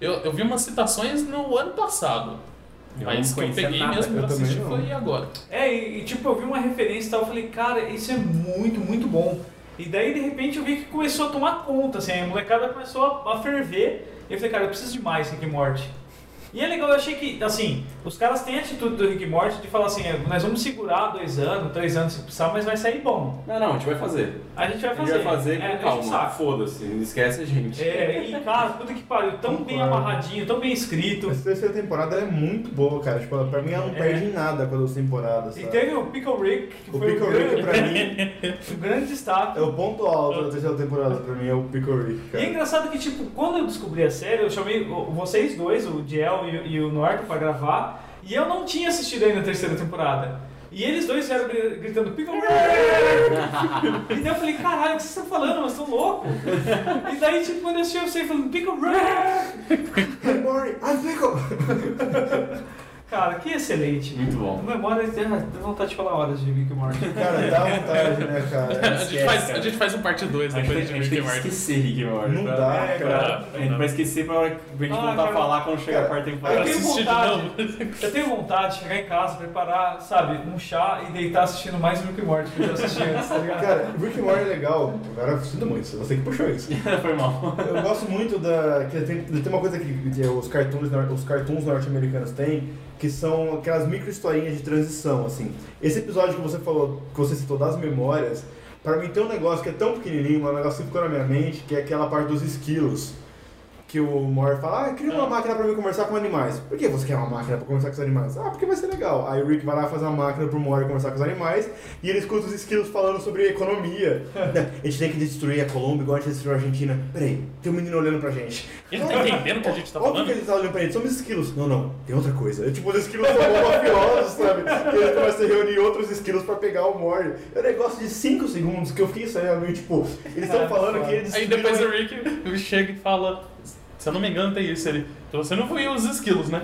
Eu, eu vi umas citações no ano passado.
Eu
mas
não
que eu
conhecia
peguei
nada.
mesmo
Eu
pra
também
assistir
não.
foi agora.
É, e, e, tipo, eu vi uma referência e tal, eu falei, cara, isso é muito, muito bom. E daí, de repente, eu vi que começou a tomar conta, assim, a molecada começou a, a ferver. E eu falei, cara, eu preciso de mais Rick e Morty. E é legal, eu achei que, assim, os caras têm a atitude do Rick e Morty de falar assim, é, nós vamos segurar dois anos, três anos se precisar, mas vai sair bom.
Não, não, a gente vai fazer.
A gente vai
A
fazer.
gente vai fazer com
é, deixa o
calma.
saco.
Foda-se, esquece a gente.
É, e cara, puta que pariu, tão bem
Concordo.
amarradinho, tão bem escrito.
Essa terceira temporada ela é muito boa, cara. Tipo, ela- pra mim ela não
É.
perde em nada com as outras temporadas.
E
sabe?
teve o Pickle Rick, que
O
foi
Pickle
um
Rick
grande,
pra mim
um grande destaque.
é o ponto alto da terceira temporada, pra mim é o Pickle Rick,
E é
cara.
engraçado que, tipo, quando eu descobri a série, eu chamei o- vocês dois, o Diel e, o- e o Norton, pra gravar, e eu não tinha assistido ainda a terceira temporada. E eles dois vieram gri- gritando Pickle E daí eu falei, caralho, o que vocês estão falando? Mas estão loucos? E daí, tipo, quando eu assisti, eu saí falando Pickle
Hey, Mori, I'm Pickle!
Cara, que excelente.
Muito bom.
Memória, deu vontade de falar horas de Rick and Morty.
Cara, dá vontade, né,
A
cara?
gente, faz, a gente faz um parte 2
A gente, tem- a
depois de
gente
Rick
tem
and
que
Morty.
esquecer Rick and Morty. tá?
Não
pra-
dá,
pra-
cara.
A gente vai esquecer pra hora que a gente
Ah,
voltar
cara.
a falar quando chegar a
Cara,
quarta
Eu
temporada.
tenho
Assistir de
vontade.
novo.
Eu tenho vontade de chegar em casa, preparar, sabe, um chá e deitar assistindo mais Rick and Morty que eu já assisti antes, tá ligado?
Cara, Rick and Morty é legal. Agora, sinto muito, você que puxou isso.
Foi mal.
Eu gosto muito da. Que tem, tem uma coisa que, que os cartoons, nor- os cartoons norte-americanos têm, que são aquelas micro historinhas de transição, assim. Esse episódio que você falou, que você citou das memórias, pra mim tem um negócio que é tão pequenininho, um negócio que ficou na minha mente, que é aquela parte dos esquilos. Que o Mor fala, ah, cria uma
É.
máquina pra mim conversar com animais. Por que você quer uma máquina pra conversar com os animais? Ah, porque vai ser legal. Aí o Rick vai lá e faz uma máquina pro Mor conversar com os animais e ele escuta os esquilos falando sobre economia. Né? a gente tem que destruir a Colômbia igual a gente destruiu a Argentina. Peraí, tem um menino olhando pra gente.
Ele não tá entendendo o que a gente tá
Óbvio que
falando?
eles estavam olhando pra ele, somos esquilos. Não, não, tem outra coisa. Eu, tipo, os esquilos são bons mafiosos, sabe? E eles começam a reunir outros esquilos pra pegar o Mori. É um negócio de 5 segundos que eu fiquei saindo meio tipo, eles estão falando que eles.
Aí depois o
destruíram-
Rick chega e fala. Se eu não me engano, tem isso. Ele. Então você não foi os esquilos, né?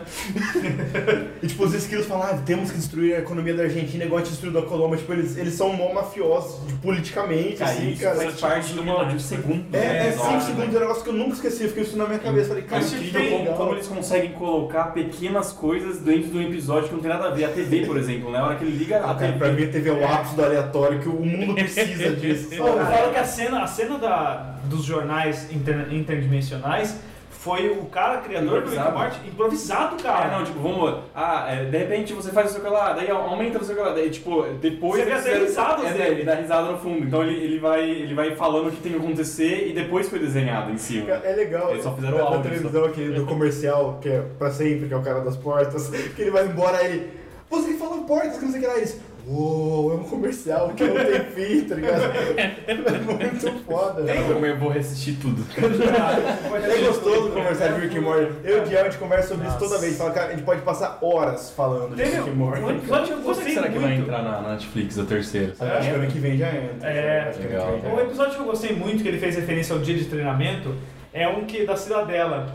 E tipo, os esquilos falam, ah, temos que destruir a economia da Argentina igual a gente destruiu da Colômbia. Tipo, eles, eles são mó mafiosos de- politicamente,
Cara,
assim,
isso
cara.
faz parte de, uma, de um segundo.
É, é 5
episódio, né?
segundos, é um negócio que eu nunca esqueci, eu fiquei isso na minha cabeça. Falei,
É
cara, que
incrível como,
legal.
como eles conseguem colocar pequenas coisas dentro de um episódio que não tem nada a ver. A TV, por exemplo, né? A hora que ele liga
Ah,
a
cara,
TV.
pra mim teve o ápice do aleatório que o mundo precisa disso.
Pô, eu
sabe?
falo que a cena, a cena da, dos jornais inter- interdimensionais foi o cara criador do Rick and
Improvisado.
Morty improvisado,
Ah,
cara.
não, tipo, vamos. Ah, é, de repente você faz o seu que lá, daí aumenta o seu que lá, daí, tipo, depois.
Você
eles
vê as
fizeram-
risadas
é,
dele.
né, Ele dá risada no fundo. Então ele, ele, vai, ele vai falando o que tem que acontecer e depois foi desenhado em cima.
É legal.
Eles só fizeram
da,
o
da
áudio,
televisão aqui, do comercial, que é pra sempre, que é o cara das portas, que ele vai embora aí. Você que falou portas, que não sei o que lá. Eles, uou, é um comercial que não tem fim, tá ligado? É muito foda. né?
Eu vou reassistir tudo.
É gostoso conversar de Rick and Morty. Eu e o Diego, a gente conversa sobre isso toda vez. Fala, cara, a gente pode passar horas falando de
Teve
Rick and Morty.
um episódio que eu
Quando é que
gostei
será que vai
muito.
entrar na, na Netflix, o terceiro? Será?
Acho que ano que vem já entra.
É,
Acho que ano
legal.
que vem já
Um
entra.
episódio que eu gostei muito, que ele fez referência ao dia de treinamento, é um que da Cidadela.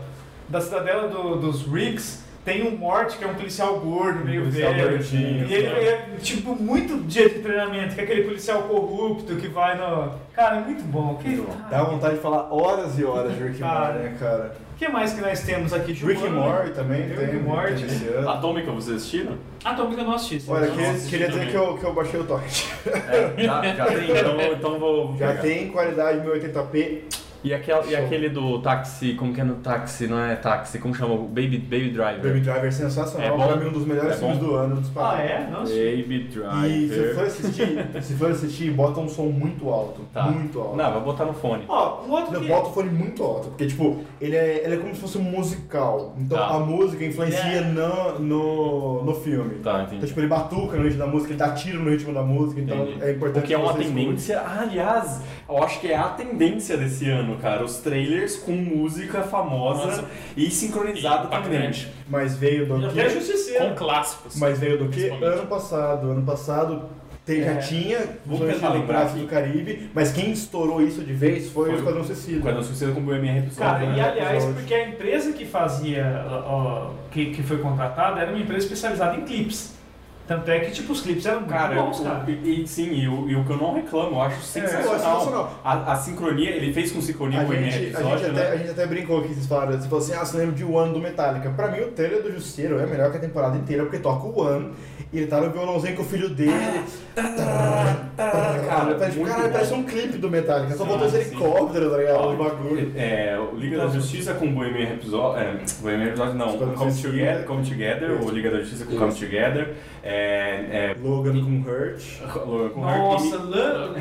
Da Cidadela do- dos Riggs tem um Mort, que é um policial gordo, meio
policial
velho.
gordinho,
e ele
cara.
é, tipo, muito dia de treinamento, que é aquele policial corrupto que vai no... Cara, é muito bom. O que,
Dá vontade de falar horas e horas de Rick and
Cara.
Morty, né, cara?
que mais que nós temos aqui?
Rick and
Jumanji?
Morty também
Rick
tem.
and Morty.
tem esse ano.
Atômica, vocês assistiram?
Ah, tô brincando, eu não assisti. isso.
Olha,
Não.
queria,
assisti
queria dizer
também.
que eu, que eu baixei o torrent.
É, já, já tem, então, vou- então vou.
Já
pegar.
tem qualidade 1080p.
E, aquela, e
Show.
aquele do táxi, como que é no táxi? Não é táxi, como chama? Baby, Baby Driver.
Baby Driver sensacional,
É bom?
pra mim um dos melhores
É
filmes
bom?
do ano, disparado.
Ah, é? Não assisti.
E
Baby
se for
Driver.
assistir, se for assistir, bota um som muito alto. Muito alto.
Tá. Não, vai botar no fone.
Ó, um outro
Não,
que...
bota o fone muito alto, porque tipo, ele é, ele é como se fosse um musical. Então
Tá.
a música influencia
É.
no, no, no filme.
Tá,
Então,
entendi.
tipo, ele batuca no ritmo da música, ele dá tiro no ritmo da música, então
Entendi.
é importante
O que é uma
você escute.
tendência. Ah, aliás, eu acho que é a tendência desse ano, cara. Os trailers com música famosa
Nossa.
e sincronizada também.
Impactante.
Mas veio do
é Até Justiceiro.
Com clássicos.
Mas veio do que?
Principalmente.
Ano passado. Ano passado te, já
É.
tinha
Vamos
Zonas
tentar
do
lembrar
Braço
aqui.
do Caribe, mas quem estourou isso de vez foi,
Foi
o
o-
Esquadrão Suicida.
Quando eu sucedo com o Bohemian Rhapsody.
Cara,
né?
e aliás,
episódio.
porque a empresa que fazia, ó, ó, que, que foi contratada, era uma empresa especializada em clipes. Tanto é que, tipo, os clipes eram muito
Cara,
bons,
eu-
cara.
E, e sim, e o e o que eu não reclamo, É, eu acho
É, eu acho
sensacional.
sensacional.
a, a sincronia, ele fez com
A
sincronia com o Bohemian
gente, a, gente
Rhapsody,
até, a
né?
gente até brincou aqui, vocês falaram, você falou assim, ah, você lembra de One do Metallica. Pra mim, o trailer do Justiceiro é melhor que a temporada inteira, porque toca o One, e ele tá no violãozinho com o filho dele.
Ah, cara,
tá, tipo,
muito
caralho,
bom.
parece um clipe do Metallica, só botou os
sim.
helicópteros, tá ligado?
Ó,
Os bagulho.
É, o Liga da Justiça com Bohemian Rhapsody, é, Bohemian Rhapsody não,
Esquadrão
Come
Suicida.
Together, Come Together, o Liga da Justiça com
Isso.
Come Together, é, é,
Logan com Hurt,
com
Nossa, Lan-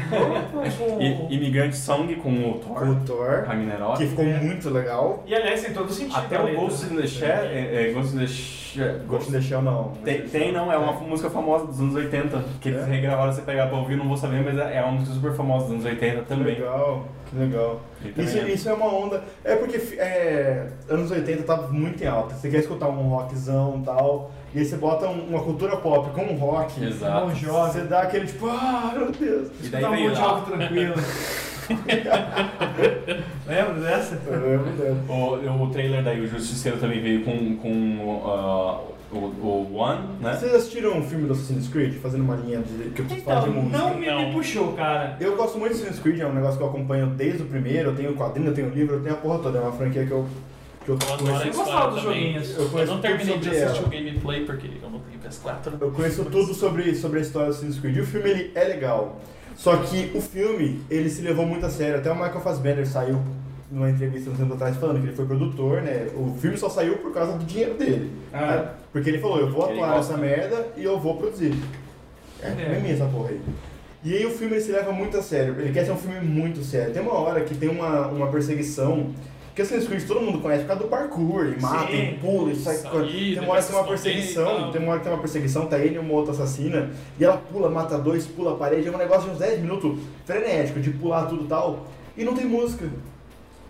com-
I- Imigrante Song com o
com
Thor,
o Thor,
Ragnarok.
que ficou muito legal.
E aliás, tem todo sentido.
Até
a
o
letra. né?
Ghost in the Shell. É, é, Ghost in the Shell.
Ghost in the Shell, não.
Tem, tem, não, é uma música famosa dos anos 80, que eles
É?
regravaram, você pegar pra ouvir, não vou saber, mas é é uma música super famosa dos anos 80 também.
Legal. Que legal.
Ele também
Isso,
é.
isso é uma onda. É porque é, anos 80 tava muito em alta. Você quer escutar um rockzão e tal. E aí você bota um- uma cultura pop com um rock.
Exato.
Um jovem. Você dá aquele tipo, ah, meu Deus.
E
Dá
daí
um
veio
monte de
lá.
algo tranquilo. Lembra dessa?
É,
Eu lembro dela.
O, o trailer daí, o Justiceiro também veio com, com ah, o, o One, né?
Vocês assistiram um filme do Assassin's Creed? Fazendo uma linha de, que eu preciso falar
Então,
de música.
não me, me
Não.
puxou, cara.
Eu gosto muito de Assassin's Creed, é um negócio que eu acompanho desde o primeiro. Eu tenho o quadrinho, eu tenho o livro, eu tenho a porra toda. É uma franquia que eu. Que eu,
Eu
conheço-
adoro a
Eu
história
gostava dos
também.
joguinhos.
Eu
Eu
conheço
não
tudo
terminei de
sobre
assistir
ela.
o gameplay porque eu não tenho PS4.
Eu conheço tudo sobre, sobre a história do Assassin's Creed. E o filme ele é legal. Só que o filme, ele se levou muito a sério. Até o Michael Fassbender saiu numa entrevista uns tempos atrás falando que ele foi produtor, né? O filme só saiu por causa do dinheiro dele.
Ah.
né? Porque ele falou, eu vou
Ele
atuar
gosta.
nessa merda e eu vou produzir. É,
É.
é minha essa porra aí. E aí o filme ele se leva muito a sério. Ele quer ser um filme muito sério. Tem uma hora que tem uma, uma perseguição. Que Assassin's Creed todo mundo conhece por causa do parkour, e mata,
Sim.
e pula, e sai
Saída,
correndo. Tem uma hora que tem uma
vai se esconder e
perseguição,
tal.
tem uma hora que tem uma perseguição, tá ele e uma outra assassina, e ela pula, mata dois, pula a parede, é um negócio de uns 10 minutos frenético, de pular tudo e tal, e não tem música.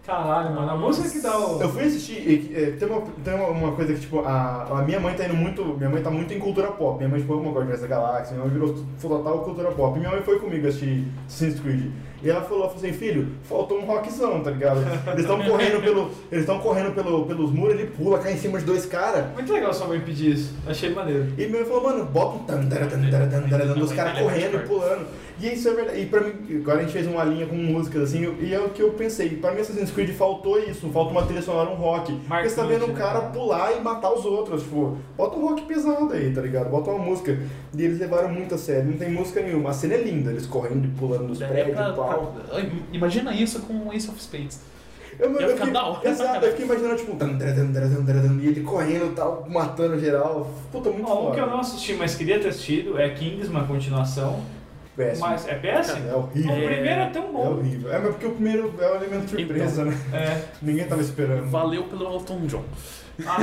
Caralho, mano. A música que dá o.
Eu fui assistir, e, e, tem, uma, tem uma, uma coisa que, tipo, a, a minha mãe tá indo muito. Minha mãe tá muito em cultura pop. Minha mãe, tipo, ama Guardiões da Galáxia, minha mãe virou full total cultura pop. E minha mãe foi comigo assistir Assassin's Creed. E ela falou, ela falou assim, filho, faltou um rockzão, tá ligado? Eles estão correndo, pelo, eles tão correndo pelo, pelos muros, ele pula, cai em cima de dois caras.
Muito legal sua mãe pedir isso. Achei maneiro.
E meu irmão falou, mano, bota um tan, tan, tan, tan, tan, tan, tan, os
é
caras correndo e pulando. E isso é verdade. E pra mim, agora a gente fez uma linha com músicas, assim, e é o que eu pensei. Pra mim, Assassin's Creed faltou isso, falta uma trilha sonora, um rock. Porque você tá vendo o cara
né?
pular e matar os outros, tipo, bota um rock pesado aí, tá ligado? Bota uma música. E eles levaram muito a sério, não tem música nenhuma. A cena é linda, eles correndo e pulando nos
Daria
prédios
é pra-
e pau.
pra- Ai, Imagina isso com Ace of Spades.
Eu, eu,
Ia
eu,
ficar
fiquei,
da hora.
exato, eu fiquei imaginando, tipo, tan, tan, tan, tan, tan, tan, e ele correndo e tal, matando geral. Puta, muito
Ó, um que eu
foda.
não assisti, mas queria ter assistido é Kings, uma continuação.
Péssimo.
Mas é péssimo?
É horrível.
O primeiro é tão
É
bom.
horrível. É, mas porque o primeiro é o elemento surpresa,
Então.
né?
É.
Ninguém tava esperando.
Valeu pelo Elton John.
Ah,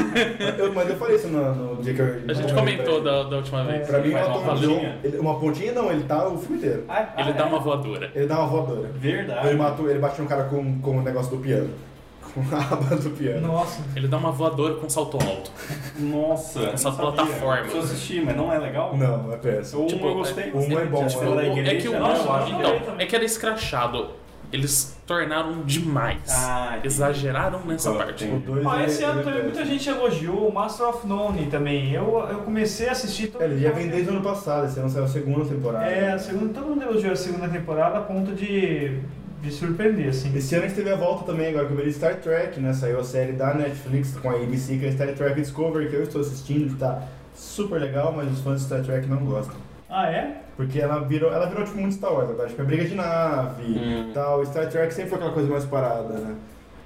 Eu, mas eu falei isso no, no dia que eu.
A gente comentou da, da última vez.
É, Pra mim, o
Mas
Elton
valeu.
John. ele- uma pontinha não, ele tá o filme inteiro.
ah,
Ele
ah,
dá
é.
uma voadora.
Ele dá uma rodada.
Verdade.
Ele matou, ele bateu um cara com, com o negócio do piano. Com a aba do piano.
Nossa.
Ele dá uma voadora com salto alto.
Nossa, eu
Essa
não sabia.
plataforma.
Preciso assistir, mas não é legal?
Não, é péssimo.
O
Tipo,
um eu gostei.
o um é bom,
Acho que
né?
era da
O-
igreja,
é que o
né?
nossa,
Eu acho que-
adorei
então, é que era escrachado. Eles tornaram demais.
Ah, entendi.
Exageraram nessa
Claro,
parte.
tem.
O dois
Ó,
ele-
Ah, esse ano
ele é
também muita
péssimo.
gente elogiou o Master of None também. Eu, eu comecei a assistir. todo
É, Ele já
mundo-
vem desde o ano passado, esse ano saiu a segunda temporada.
É, a segunda, todo mundo elogiou a segunda temporada a ponto de, de surpreender, assim.
Esse ano a gente teve a volta também, agora que eu vi Star Trek, né? Saiu a série da Netflix com a ABC, que é Star Trek Discovery, que eu estou assistindo, que tá super legal, mas os fãs de Star Trek não gostam.
Ah, é?
Porque ela virou, ela virou tipo muito Star Wars agora, tipo, é briga de nave
Hum.
tal. Star Trek sempre foi aquela coisa mais parada, né?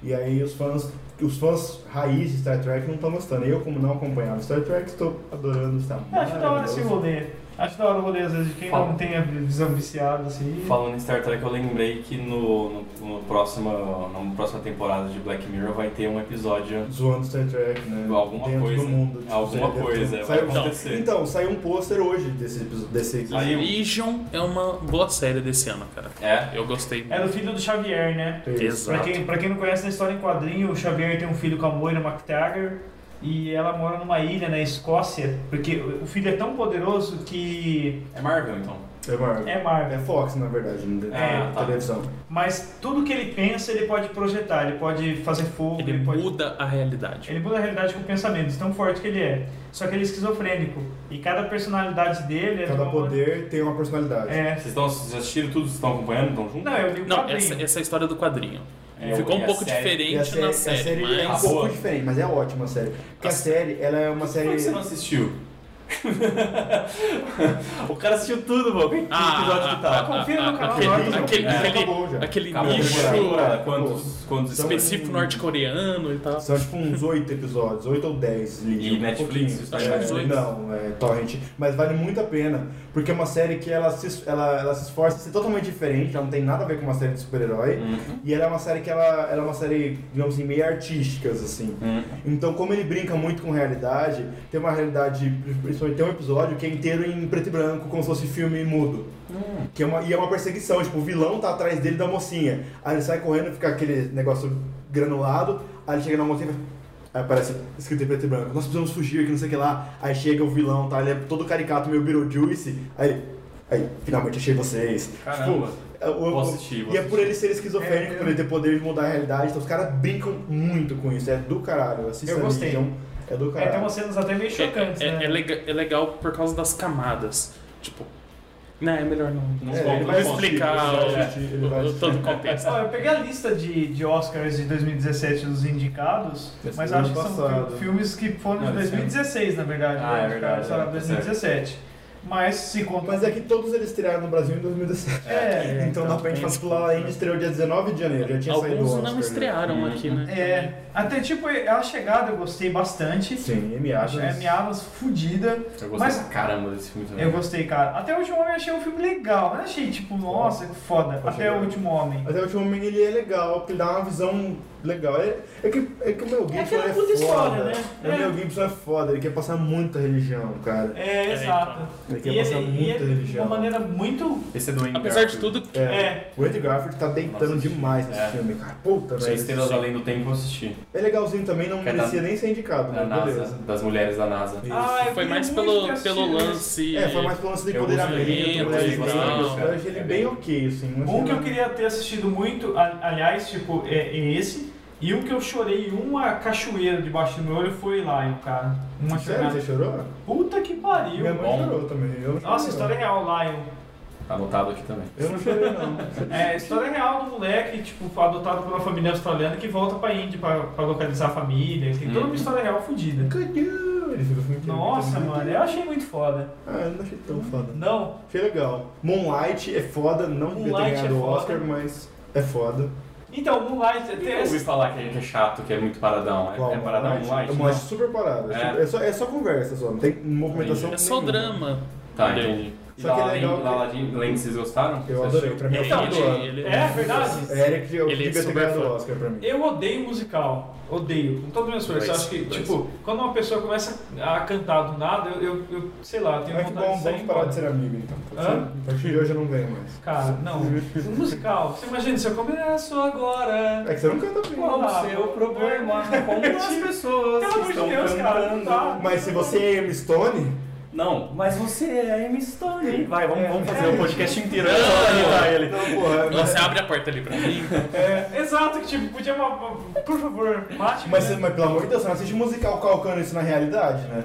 E aí os fãs, os fãs raiz de Star Trek não estão gostando. Eu, como não acompanhava Star Trek, estou adorando Star
Eu acho tá da hora esse rolê. Acho da hora o rolê, às vezes, de quem
Fala.
não tem a visão viciada, assim.
Falando em Star Trek, eu lembrei que no, no, no próximo, na próxima temporada de Black Mirror vai ter um episódio
Zoando Star Trek, né?
Alguma
Dentro
coisa.
do mundo. tipo,
Alguma
dentro-
coisa, vai
Saiu,
acontecer.
Então, saiu um pôster hoje desse episódio. Desse,
Aí-
Legion é uma boa série desse ano, cara.
É?
Eu gostei.
É do filho do Xavier, né? Pra
Exato.
quem, pra quem não conhece da história em quadrinho, o Xavier tem um filho com a Moira MacTaggart e ela mora numa ilha na Escócia, porque o filho é tão poderoso que
É Marvel, então.
É Marvel.
é Marvel.
É Fox, na verdade, na
Ah, tá.
televisão.
Mas tudo que ele pensa, ele pode projetar, ele pode fazer fogo,
Ele
ele pode
muda a realidade.
Ele muda a realidade com pensamentos, tão forte que ele é. Só que ele é esquizofrênico. E cada personalidade dele é. de
Cada
uma-
poder tem uma personalidade.
É.
Vocês estão vocês assistiram tudo? Vocês estão acompanhando? Estão juntos?
Não, eu li o
Não,
um quadrinho.
essa, essa é a história do quadrinho.
É,
Ficou
e
um
a
pouco
série-
E a
diferente
série,
na
a série é um
mas...
pouco
boa.
diferente, mas é ótima a série. Porque a
A-
série, ela é uma série...
Por que você não assistiu? o cara assistiu tudo, mano.
Ah,
Que episódio que tá?
ah, Confira no canal,
aquele,
Jordan.
aquele,
É,
aquele-
acabou já.
aquele
Acabou a
nicho
temporada.
Acabou.
Quantos, quantos
Então,
específico norte-coreano e tal.
São tipo uns oito episódios, oito ou dez.
E
Lídia, um
Netflix,
pouquinho.
isso
aí, uns
é,
oito.
Não, é torrent. Mas vale muito a pena, porque é uma série que ela se, ela, ela se esforça a ser totalmente diferente, ela não tem nada a ver com uma série de super-herói.
Uhum.
E ela é uma série que ela, ela é uma série, digamos assim, meio artísticas, assim.
Uhum.
Então, como ele brinca muito com realidade, tem uma realidade, principalmente um, tem um episódio que é inteiro em preto e branco, como se fosse filme mudo. Que é uma, e é uma perseguição, tipo, o vilão tá atrás dele da mocinha. Aí ele sai correndo, fica aquele negócio granulado, aí ele chega na mocinha e fala, Aí aparece escrito em preto e branco, nós precisamos fugir aqui, não sei o que lá. Aí chega o vilão, tá? Ele é todo caricato, meio Beetlejuice. Aí, aí finalmente achei vocês.
Caramba.
é o-
Vou assistir, vou
e é por ele ser
É,
esquizofrênico, por ele ter poder de mudar a realidade. Então os caras brincam muito com isso. É do caralho. Assista
Eu gostei.
Legion, É do
É,
caralho.
tem umas cenas até meio chocantes,
É, é,
né?
é lega- é legal por causa das camadas. Tipo. Não, é melhor não. Não,
É,
vou-
ele
não
vai
vou
assistir,
explicar
ele vai
o-
assistir, ele
o-
vai Ah,
o- todo o contexto.
Ó, é. eu peguei a lista de, de Oscars de 2017 dos indicados,
Esse
mas
foi
acho que
ano
são
passado.
fi- filmes que foram de
Não, esse
2016, na verdade.
Ah,
né,
é
os
verdade,
caras falaram
é,
2017. Mas se conta.
Mas é que todos eles estrearam no Brasil em 2017.
É,
então dá pra gente falar que lá
né?
ainda estreou dia 19 de janeiro. Já tinha saído o
Alguns
Oscar.
não
né?
estrearam
Hum.
aqui, né?
É, até tipo, a chegada eu gostei bastante.
Sim, M.
Acho É,
Adams.
a Amy Adams fudida.
Eu gostei
Mas-
pra caramba desse filme também.
Eu gostei, cara. Até o último homem eu achei um filme legal. Não achei, tipo, nossa, que foda.
Pode
Até
chegar.
o último homem.
Até o último homem ele é legal, porque ele dá uma visão legal. É, é que, é que o Mel Gibson
É aquela
ele é
puta
foda.
história, né?
O
É.
Mel Gibson é foda, ele quer passar muita religião, cara.
É,
É,
exato.
Ele quer passar muita
de
religião.
uma maneira muito.
Esse é do Andy
Apesar de
Garfield.
tudo,
É.
É.
O Andy Garfield tá deitando
Nossa,
demais nesse
é.
filme, cara. Puta,
Os Estrelas
velho.
Além do Tempo eu assisti.
É legalzinho também, não
Quer É
merecia nem ser indicado,
Da
mas
NASA,
Ah, beleza.
das mulheres da NASA.
Isso.
Ah, eu
foi
queria
mais
muito né? ter
pelo,
assistido
pelo
esse.
lance.
É, foi mais pelo lance de
Eu
empoderamento,
gostei,
do
eu
Brasil.
gostei,
Eu
cara.
achei ele
É
bem
bem-
ok, assim. não achei
Um que eu
nada-
queria ter assistido muito, a- aliás, tipo, é, é esse. E um que eu chorei uma cachoeira debaixo do meu olho foi Lion, cara. Uma
Sério,
chorada.
você chorou?
Puta que
Minha
pariu.
mãe
Bom.
chorou também. Eu não chorei,
Nossa,
não.
história real, Lion.
Tá anotado aqui também.
Eu não chorei, não.
É, história real do moleque, tipo, adotado por uma família australiana que volta pra Índia pra, pra localizar a família. Tem toda uma
Hum.
história real fodida.
Could you? Ele ficou muito
Nossa,
muito-
mano, é- eu achei muito foda.
Ah, eu não achei tão foda.
Não,
Achei legal. Moonlight é foda, não devia ter
Moonlight
ganhado
é
o
foda.
Oscar, mas é foda.
então, Moonlight,
Eu
até
ouvi falar que é, que é chato, que é muito paradão. É,
Qual?
é paradão
É
light?
uma super parada.
É.
É. só, é só conversa só, não tem movimentação
É só o
nenhuma.
drama.
Tá,
dele.
entendi. E
Só
da
que é
Aladdin,
legal que-
da Aladdin, Lane, vocês gostaram?
Eu
Vocês
adorei, pra mim é o
Então,
filme do ano.
ele-
É verdade.
É Eric eu
Ele é
devia ter
super
ganhado o
fã.
Oscar pra mim.
Eu odeio musical. Odeio. Com todas as minhas forças. Eu
Dois,
acho que,
dois.
tipo, quando uma pessoa começa a cantar do nada, eu, eu, eu sei lá, eu tenho
Mas É
vontade
que bom,
de
vamos
sair
parar
embora.
de ser amigo então. Pode
Hã?
ser? A partir de hoje eu não ganho mais.
Cara, não. Um musical. Você imagina, se eu começo agora...
É que você não canta bem.
Qual o seu problema
é
com as
tipo,
pessoas
Pelo amor de Deus, cara, não tá.
Mas se você é Amy Stone,
Não, mas você é a Amy Stone. Vai, vamos, vamos
É.
fazer o podcast inteiro.
Não,
pra ele.
não, então, porra.
Você abre a porta ali pra mim.
É, exato, que tipo, podia... Uma, uma- por favor, mate.
Mas, você- mas pelo amor de Deus, você não assiste musical calcando isso na realidade, né?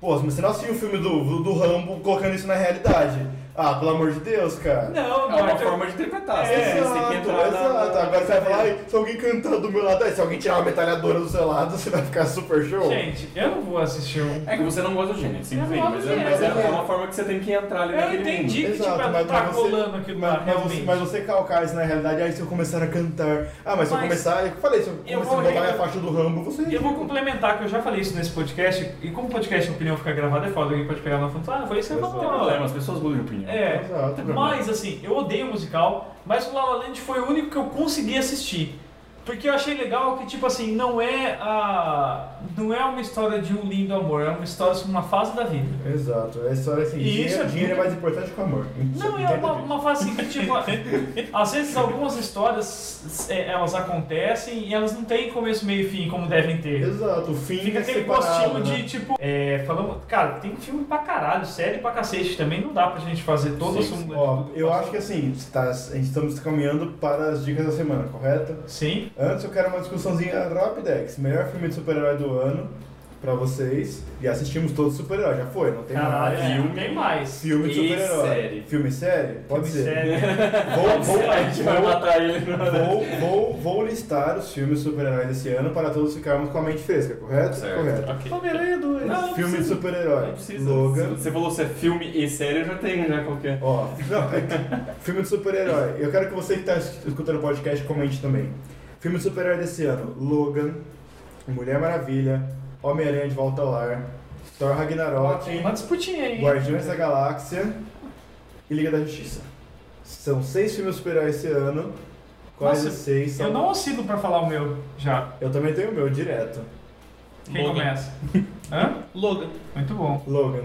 Pô, mas você não assistiu o filme do, do, do Rambo colocando isso na realidade. Ah, pelo amor de Deus, cara.
Não,
É uma
Marta,
forma de interpretar.
É,
você,
exato,
você tem que entrar na-
exato.
na-
Agora você vai falar, "Ai, se alguém cantando do meu lado, aí, se alguém tirar uma metralhadora do seu lado, você vai ficar super show.
Gente, eu não vou assistir um...
É que você não gosta do gênero, simplesmente.
gosto
Mas,
do
é, mas
gênero.
é uma forma que você tem que entrar ali
Eu
naquele
entendi que,
Exato,
tipo, ela
mas-
tá
mas você-
colando aquilo lá,
Mas, mas você,
realmente.
mas você calcar isso na realidade, aí se eu começar a cantar. Ah, mas se eu
Mas-
começar, eu falei, se eu começar
Eu
a
vou-
botar minha faixa do Rambo, você.
E Eu vou complementar, que eu já falei isso nesse podcast, e como o podcast de opinião fica gravado, é foda, alguém pode pegar lá e falar, ah, foi isso que eu
Exato.
mundo. Não tem
falei.
problema, as pessoas mudam de opinião.
É,
Exato.
mas assim, eu odeio musical, mas o La La Land foi o único que eu consegui assistir. Porque eu achei legal que, tipo assim, não é a. não é uma história de um lindo amor, é uma história sobre uma fase da vida.
Exato. É só assim,
E
dinheiro,
isso é
dinheiro é
muito-
mais importante que o amor.
Não,
Você
é
entende
uma,
disso.
uma fase assim que, tipo, às vezes algumas histórias é, elas acontecem e elas não têm começo, meio e fim, como devem ter.
Exato, o fim
Fica
é
aquele
separado,
gostinho
né?
de tipo. É, falamos, cara, tem filme pra caralho, série pra cacete também. Não dá pra gente fazer todo o
Sim.
assunto.
Ó, eu acho que assim, tá, a gente estamos caminhando para as dicas da semana, correto?
Sim.
Antes eu quero uma discussãozinha rapidex. Melhor filme de super-herói do ano pra vocês. E assistimos todos super-herói, já foi, não tem
Caralho,
mais.
é, não tem mais.
Filme de
E
super-herói.
série.
Filme e série? Pode
Filme,
ser.
série. é.
Vou, vou,
A gente vai
vou-
matar ele.
vou, vou, vou listar os filmes de super-herói desse ano para todos ficarmos com a mente fresca, correto?
Certo.
Correto.
tá, Ok.
Homem-Aranha 2.
Não,
filme de
precisa.
super-herói.
Não precisa.
Logan.
Você falou se é filme e série, eu já tenho já qualquer.
Ó, não, é que- filme de super-herói. Eu quero que você que está escutando o podcast comente também. Filme de super-herói desse ano: Logan, Mulher Maravilha, Homem-Aranha de Volta ao Lar, Thor Ragnarok,
Tem uma disputinha aí. hein?
Guardiões da Galáxia e Liga da Justiça. São seis filmes de super-herói esse ano. Quais
Nossa,
os seis são?
Eu não oscilo pra falar o meu já.
Eu também tenho o meu direto.
Quem
Logan.
começa? Hã?
Logan.
Muito bom.
Logan.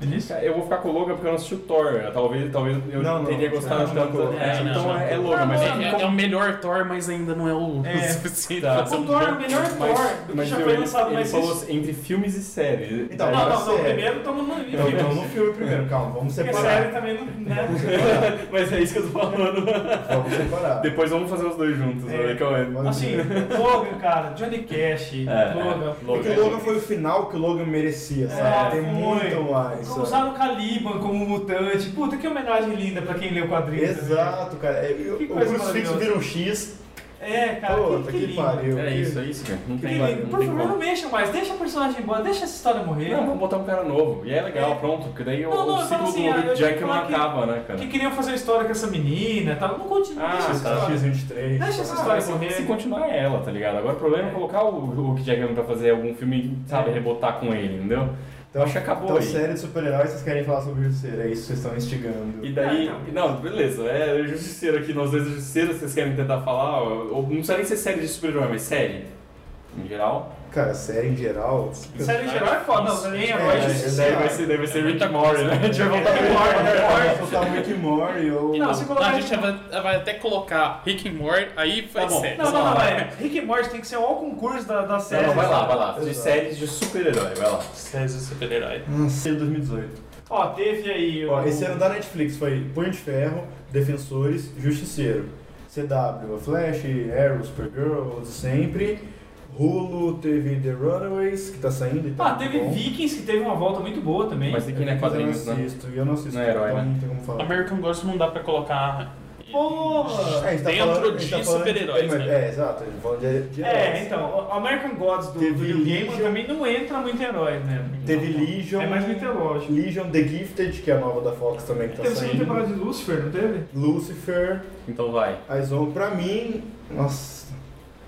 Vinícius?
Cara, Eu vou ficar com o Logan porque eu não assisti o Thor. Talvez, talvez eu
Não, não.
teria gostado
Não, não,
tanto.
não.
É,
Não,
então
não.
é, é Logan, mas.
É, é o melhor Thor, mas ainda não é o
É.
suficiente.
Tá.
pra ser um
O Thor é o
bom.
melhor Thor do que
mas
já
viu,
foi
ele-
lançado,
ele
mas
falou né?
isso-
entre filmes e séries.
Então,
Não, não, não.
sério.
Primeiro todo mundo no
Então,
livro.
então no filme primeiro, calma, vamos
Porque é
separar.
série também não. Né?
mas é isso que eu tô falando.
Vamos separar.
Depois vamos fazer os dois juntos,
É.
né? que eu-
Assim, Logan, cara, Johnny Cash,
É,
Logan.
é.
Porque o Logan foi o final que o Logan merecia, sabe?
É,
Tem
foi.
muito mais. sabe?
Usaram o Caliban como mutante. Puta, que homenagem linda pra quem leu o quadrinho.
Exato, cara. É, eu-
Que
o
coisa
crucifixo
maravilhosa.
vira um X.
É, cara,
Puta
que,
que,
que lindo.
pariu.
É isso, é isso, cara. Não
Que
tem, mais-
lindo.
não
Por
tem
favor,
como.
não mexam mais. Deixa o personagem embora, deixa essa história morrer.
Não, vamos botar um cara novo. E é legal,
É.
pronto. Porque daí o-
Não, não,
o
eu falo
ciclo
assim,
do
ah, eu
Hugh Jack
ia
não
falar que-
acaba, né, cara?
Que queriam fazer a história com essa menina e tal. Não continua,
Ah,
deixa essa
tá.
história.
X23.
Deixa essa
Ah,
história
se,
correr.
se continuar é ela, tá ligado? Agora o problema é colocar o Hugh Jackman pra fazer algum filme, sabe, rebotar com ele, entendeu?
É. Então,
acho que acabou
então
aí.
série de super-heróis, vocês querem falar sobre o Justiceiro, é isso que vocês estão instigando.
E daí, não, beleza, é justiceiro aqui, nós dois justiceiros, vocês querem tentar falar, ou, ou não precisa nem ser série de super-herói, mas série, em geral.
Cara, série em geral...
Série em geral é foda, não, nem a
É,
voz
é,
de
é,
Daí vai ser, daí vai ser Rick and Morty, né? A gente vai voltar pro
Vai
Morty.
faltar o Rick and Morty ou...
Não, se
Não,
colocar.
a gente vai, vai até colocar Rick and Morty, aí vai
Tá bom.
ser.
Não, não, não, é. Rick and Morty tem que ser o concurso da, da série.
Não, não, vai lá, vai lá, de
Exato.
séries de super-herói, vai lá.
Séries de super-herói.
Nossa, de 2018.
Ó, teve aí.
Ó,
o-
esse ano da Netflix foi Punho de Ferro, Defensores, Justiceiro. CW, Flash, Arrow, Supergirl, de sempre. Hulu teve The Runaways, que tá saindo e tá
Ah,
muito
teve
bom.
Vikings que teve uma volta muito boa também.
Mas tem que ir na é quadrinhos,
eu não
né?
assisto, e eu não assisto,
Não é herói,
então
né?
não tem como falar.
American Gods não dá pra colocar.
Porra!
É, a gente tá
Dentro
falando- a gente
de
tá falando
super-heróis,
mas-
né?
É, exato, a gente falando de, de heróis.
É, então, o American Gods do, do
Teve
New Game
Legion.
também não entra muito em herói, né?
Teve Legion.
É mais mitológico.
Legion The Gifted, que é a nova da Fox também que tá
Teve segunda
saindo.
temporada de Lucifer, não teve?
Lucifer,
Então vai.
a Zone, pra mim, nossa.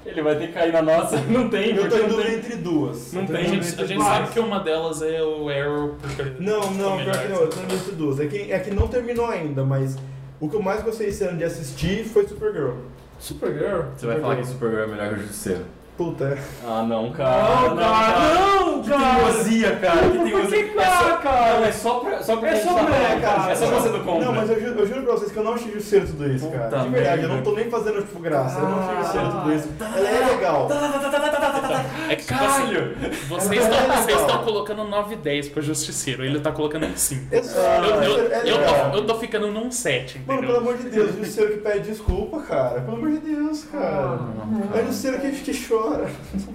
Ele vai ter que cair na nossa, não tem,
Eu tô
porque
em
não
dúvida
tem.
entre duas.
Não
Eu tô
A
em
tem,
dúvida
gente,
entre
a gente
duas.
sabe que uma delas é o Arrow, porque.
Não, não,
ficou
pior que não, eu tô em dúvida entre duas. É que, é que não terminou ainda, mas o que eu mais gostei esse ano de assistir foi Supergirl.
Supergirl?
Você vai falar que Supergirl é melhor que o Justiceiro.
Puta, é.
Ah, não, cara.
Não, cara! Não,
Que
cara!
teimosia, cara. Que
Por
teimosia.
que cara,
Não,
cara?
é só pra. Só pra
É
gente
só
falar,
pra-
cara. É só pra você do compra.
Não, mas eu juro, eu juro pra vocês que eu não achei Justiceiro tudo isso,
Puta
cara. De verdade, eu
merda.
não tô nem fazendo tipo graça. Eu não achei Justiceiro tudo
Ah.
isso. Ela é legal.
Tá.
É que você,
Caralho!
vocês estão
é
vocês estão colocando 9 e 10 pro Justiceiro, ele tá colocando 5. Eu,
Exato.
eu,
é
eu
legal.
tô, eu tô ficando num 7,
Mano, pelo
entendeu?
amor de Deus, o Justiceiro que pede desculpa, cara. Pelo amor de Deus, cara.
Ah.
É o Justiceiro que, que chora.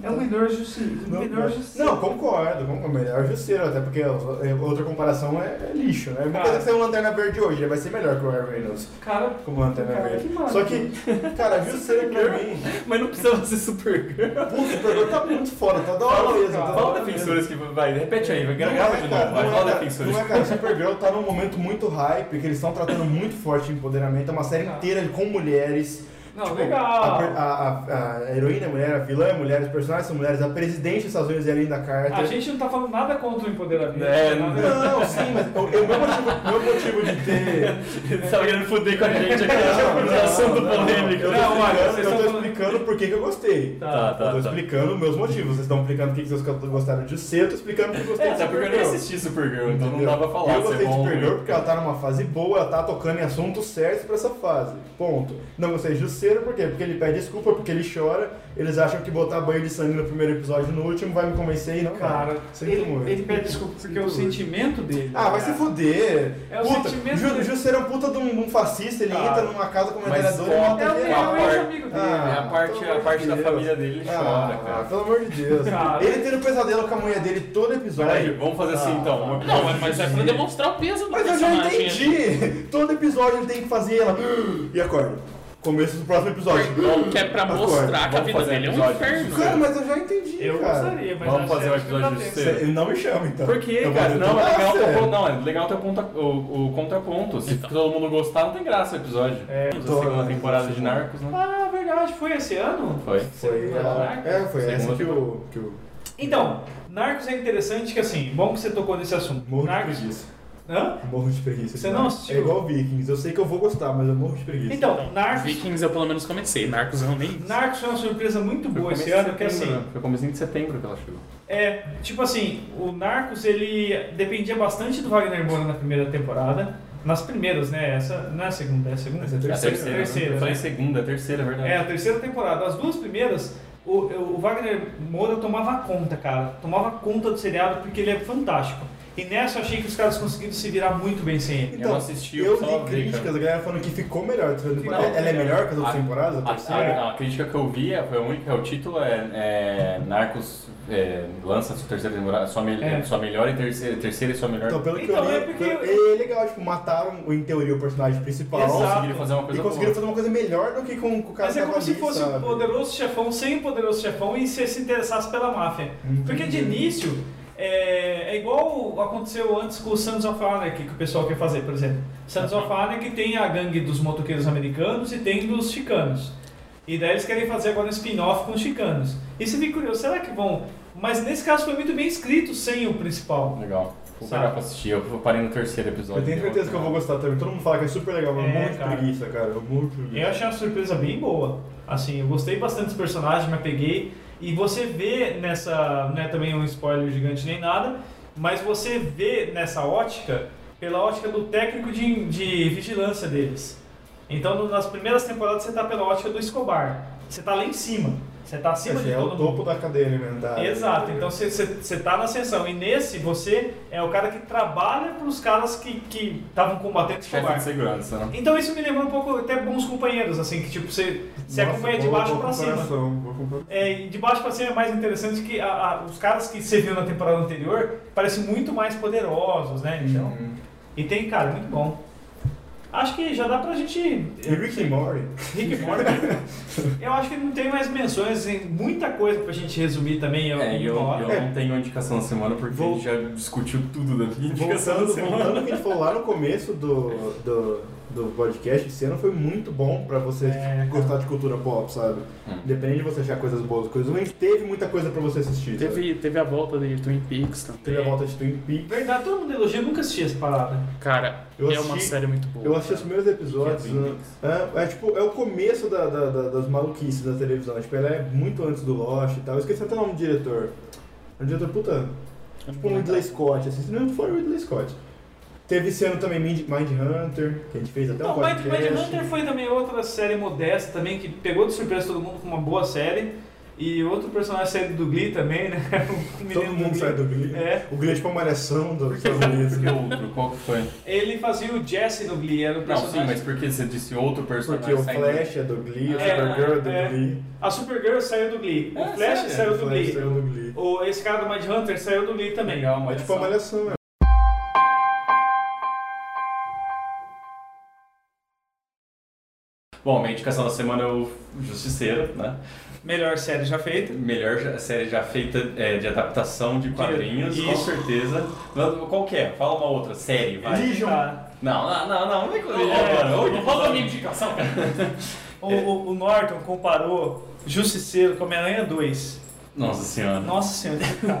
É o melhor justiça.
Não,
melhor justiça.
não, concordo, concordo. Melhor Justiceiro, até porque é, outra comparação é, é lixo, né? Uma
Cara.
Ah.
coisa que tem um Lanterna Verde hoje, ele vai ser melhor que o Ryan Reynolds
Cara,
como Lanterna
Cara,
Verde.
que maravilha.
Só que, cara, Justiceiro pra mim,
Mas não precisava ser Supergirl.
puta, o programa tá muito fora, tá da hora
Fala,
mesmo.
cara.
tá da
Fala
hora
defensores que vai. Repete aí, vai
Não é,
grava de
cara,
novo. Vai,
não é,
fala
cara,
defensores.
Não é, cara, Supergirl tá num momento muito hype, que eles estão tratando muito forte de empoderamento, é uma série
Tá.
inteira com
não,
mulheres. Tipo, A,
Tá legal.
per- a- a- a heroína é mulher, a vilã é mulher, os personagens são mulheres, a presidente dos Estados Unidos é a Linda Carter.
A gente não tá falando nada contra o empoderamento.
É,
nada-
Não, sim, mas o o meu motivo, meu motivo de ter.
Você tava querendo foder com a gente aqui.
Não,
no assunto polêmico.
Eu tô
Não, olha, vocês
explicando- eu tô
estão falando-
explicando por que que eu gostei.
Tá,
Eu
tá,
tô
tá.
explicando meus motivos. Vocês estão explicando o que que vocês gostaram de ser, eu tô explicando o que eu gostei
É,
de
até porque eu nem
Supergirl.
assisti Supergirl, então não
Entendeu?
dá pra falar.
Eu
se é
gostei de
bom ou ruim.
Supergirl porque ela tá numa fase boa, ela tá tocando em assuntos certos pra essa fase. Ponto. Não gostei de Justiceiro, por quê? Porque ele pede desculpa, porque ele chora, eles acham que botar banho de sangue no primeiro episódio e no último vai me convencer e não.
Cara,
Sinto
ele,
muito.
ele pede desculpa porque é o sentimento dele.
Ah, vai se
cara.
fuder!
É o
puta,
sentimento
Ju-
dele.
Justiceiro é um puta de um, de um fascista, ele
Cara,
entra numa casa com uma
mas
metralhadora e
só-
mata
É o
ele.
a
melhor
parte-
ex-amigo dele.
Ah,
É a parte,
pelo
a parte da
amor de
família
Deus.
dele chora,
Ah,
cara.
pelo amor de Deus.
Cara.
Ele tendo pesadelo com a mulher dele todo episódio.
Peraí, vamos fazer assim
Ah,
então. um
Não,
episódio
mas- mas é pra demonstrar o peso do
Mas eu já
personagem. assim.
entendi! Todo episódio ele tem que fazer ela. E acorda. Começo do próximo episódio.
Que é pra
Acorda.
mostrar que a
Vamos
vida
fazer
dele é um
episódio.
inferno.
Cara, mas eu já entendi.
Eu
cara.
gostaria, mas
Vamos
acho
fazer
que
um
é
episódio
pra
de
ter.
ser-
Cê- Não me chama então.
Por quê,
Eu
cara?
vou- Ah,
Não, é legal,
Nossa!
ter o pon- não, é legal ter o, ponta, o, o contraponto. Se
Então.
todo mundo gostar, não tem graça o episódio.
É,
Mas a
tô-
segunda assim, temporada de Narcos, né?
Ah, verdade, foi esse ano?
Foi.
Foi, a- é, foi
Segunda
essa que
temporada.
o. Que o
Então, Narcos é interessante que assim, bom que você tocou nesse assunto.
morro de
Narcos,
preguiça.
Hã?
Morro de preguiça.
Você
cara.
não assistiu?
É igual Vikings. Eu sei que eu vou gostar, mas eu morro de preguiça.
Então, Narcos.
Vikings eu pelo menos comecei, Narcos eu nem.
Narcos foi uma surpresa muito
Foi
boa
começo
esse
de
ano, que assim.
setembro, né? Foi comecinho de setembro que ela chegou.
É, tipo assim, o Narcos ele dependia bastante do Wagner Moura na primeira temporada. Nas primeiras, né? Essa não é a segunda, é a segunda.
Essa é a
É a
Terceira,
terceira.
terceira,
eu falei
né?
segunda, é a terceira, é verdade.
É, a terceira temporada. As duas primeiras, o, o Wagner Moura tomava conta, cara. Tomava conta do seriado porque ele é fantástico. E nessa eu achei que os caras conseguiram se virar muito bem sem ele.
Eu não assisti,
então,
eu
eu
só
vi
vi, cara.
críticas, a galera falando que ficou melhor. a terceira temporada.
Não,
Ela é
não.
melhor que as outras
A-
temporadas? a
A,
terceira?
Ah, a- a crítica que eu vi, é, foi a única, o título é, é Narcos é, lança a sua terceira temporada, sua, mel-
É.
sua melhor e terceira, terceira e sua melhor.
Então, pelo que
Então,
eu li,
é porque-
é legal, tipo, mataram, em teoria, o personagem principal.
Exato.
conseguiram fazer uma
E
coisa
conseguiram
boa.
fazer uma coisa melhor do que com, com o cara
Mas
que
é como
tava
se
ali,
fosse o
sabe?
poderoso chefão sem o poderoso chefão e se se interessasse pela máfia. Porque de início é, é igual aconteceu antes com o Sons of Anarchy, que o pessoal quer fazer, por exemplo. Sons of Anarchy tem a gangue dos motoqueiros americanos e tem dos chicanos. E daí eles querem fazer agora um spin-off com os chicanos. E você fica curioso, será que vão? Mas nesse caso foi muito bem escrito sem o principal.
Legal. Vou
Sabe?
pegar pra assistir, eu parei no terceiro episódio. então.
Eu tenho certeza que eu vou gostar também. Todo mundo fala que é super legal, mas
É,
eu morro de
cara. É
preguiça, cara. Eu morro de preguiça.
Eu achei uma surpresa bem boa. Assim, eu gostei bastante dos personagens, me apeguei. E você vê nessa. Não é também um spoiler gigante nem nada, mas você vê nessa ótica pela ótica do técnico de, de vigilância deles. Então, no- nas primeiras temporadas, você tá pela ótica do Escobar. Você tá lá em cima. Você tá acima
Assim,
de
é
todo
o
mundo.
topo né? da cadeia alimentar.
Exato, então você- você você tá na ascensão. E nesse, você é o cara que trabalha pros caras que que estavam combatendo o
Chefe
Escobar.
de segurança, né?
Então isso me lembra um pouco até bons companheiros, assim, que tipo, você, você
Nossa,
acompanha de
boa-
baixo
boa
pra cima.
comparação, boa comparação.
É, e de baixo pra cima é mais interessante que a- a- os caras que você viu na temporada anterior parecem muito mais poderosos, né? Então,
Hum.
E tem, cara, muito bom. Acho que já dá pra gente...
E Rick and Morty?
Rick and Morty. Eu acho que não tem mais menções, tem muita coisa pra gente resumir também. em
É, e eu,
uma hora.
eu não tenho indicação da semana porque a gente já discutiu tudo da minha indicação da
Voltando, voltando
semana.
ao que a gente falou lá no começo do, do, do podcast, esse ano foi muito bom pra você
É.
gostar de cultura pop, sabe?
Hum.
Independente de você achar coisas boas, coisas ruins, teve muita coisa pra você assistir. sabe?
Teve, teve a volta de Twin Peaks também.
Teve a volta de Twin Peaks.
Verdade, todo mundo elogia, eu nunca assisti essa parada.
Cara,
Eu
é uma
assisti-
série muito boa.
Eu assisti os primeiros episódios.
Que é Twin
né? É, é tipo, é o começo da, da- da- das maluquices da televisão. Tipo, ela é muito antes do Lost e tal. Eu esqueci até o nome do diretor. É um diretor puta.
Eu não
Tipo um
lembro.
Ridley Scott, assim, se não for o Ridley Scott. Teve esse ano também Mind, Hunter, que a gente fez até um
Não, Mind,
podcast.
Hunter foi também outra série modesta também, que pegou de surpresa todo mundo com uma boa série. E outro personagem saiu do Glee também, né? O menino
Todo mundo
Glee.
sai do Glee.
É.
O Glee é tipo uma malhação dos Estados Unidos. né?
Que outro? Qual que foi?
Ele fazia o Jesse no Glee, era o
Não, sim,
personagem.
mas por que você disse outro personagem? tá
Porque o
saindo?
Flash é do Glee, o
É,
Supergirl é do
é.
Glee.
A Supergirl saiu do Glee,
É,
o Flash
sério?
saiu do
o
Glee,
Flash é do Glee.
o, esse cara do Mind Hunter saiu do Glee também.
Legal,
É
mas
tipo uma malhação, é.
Bom, minha indicação da semana é o Justiceiro, né?
Melhor série já feita.
Melhor já- série já feita é, de adaptação de quadrinhos, com
Isso.
certeza. Mas Qual que é? Fala uma outra série, vai.
Legion.
Tá.
Não, não, não, não. Não, é coisa-
É,
não, não, não.
indicação, cara.
O, o- o Norton comparou Justiceiro com Homem-Aranha 2.
Nossa senhora.
Nossa senhora, cara.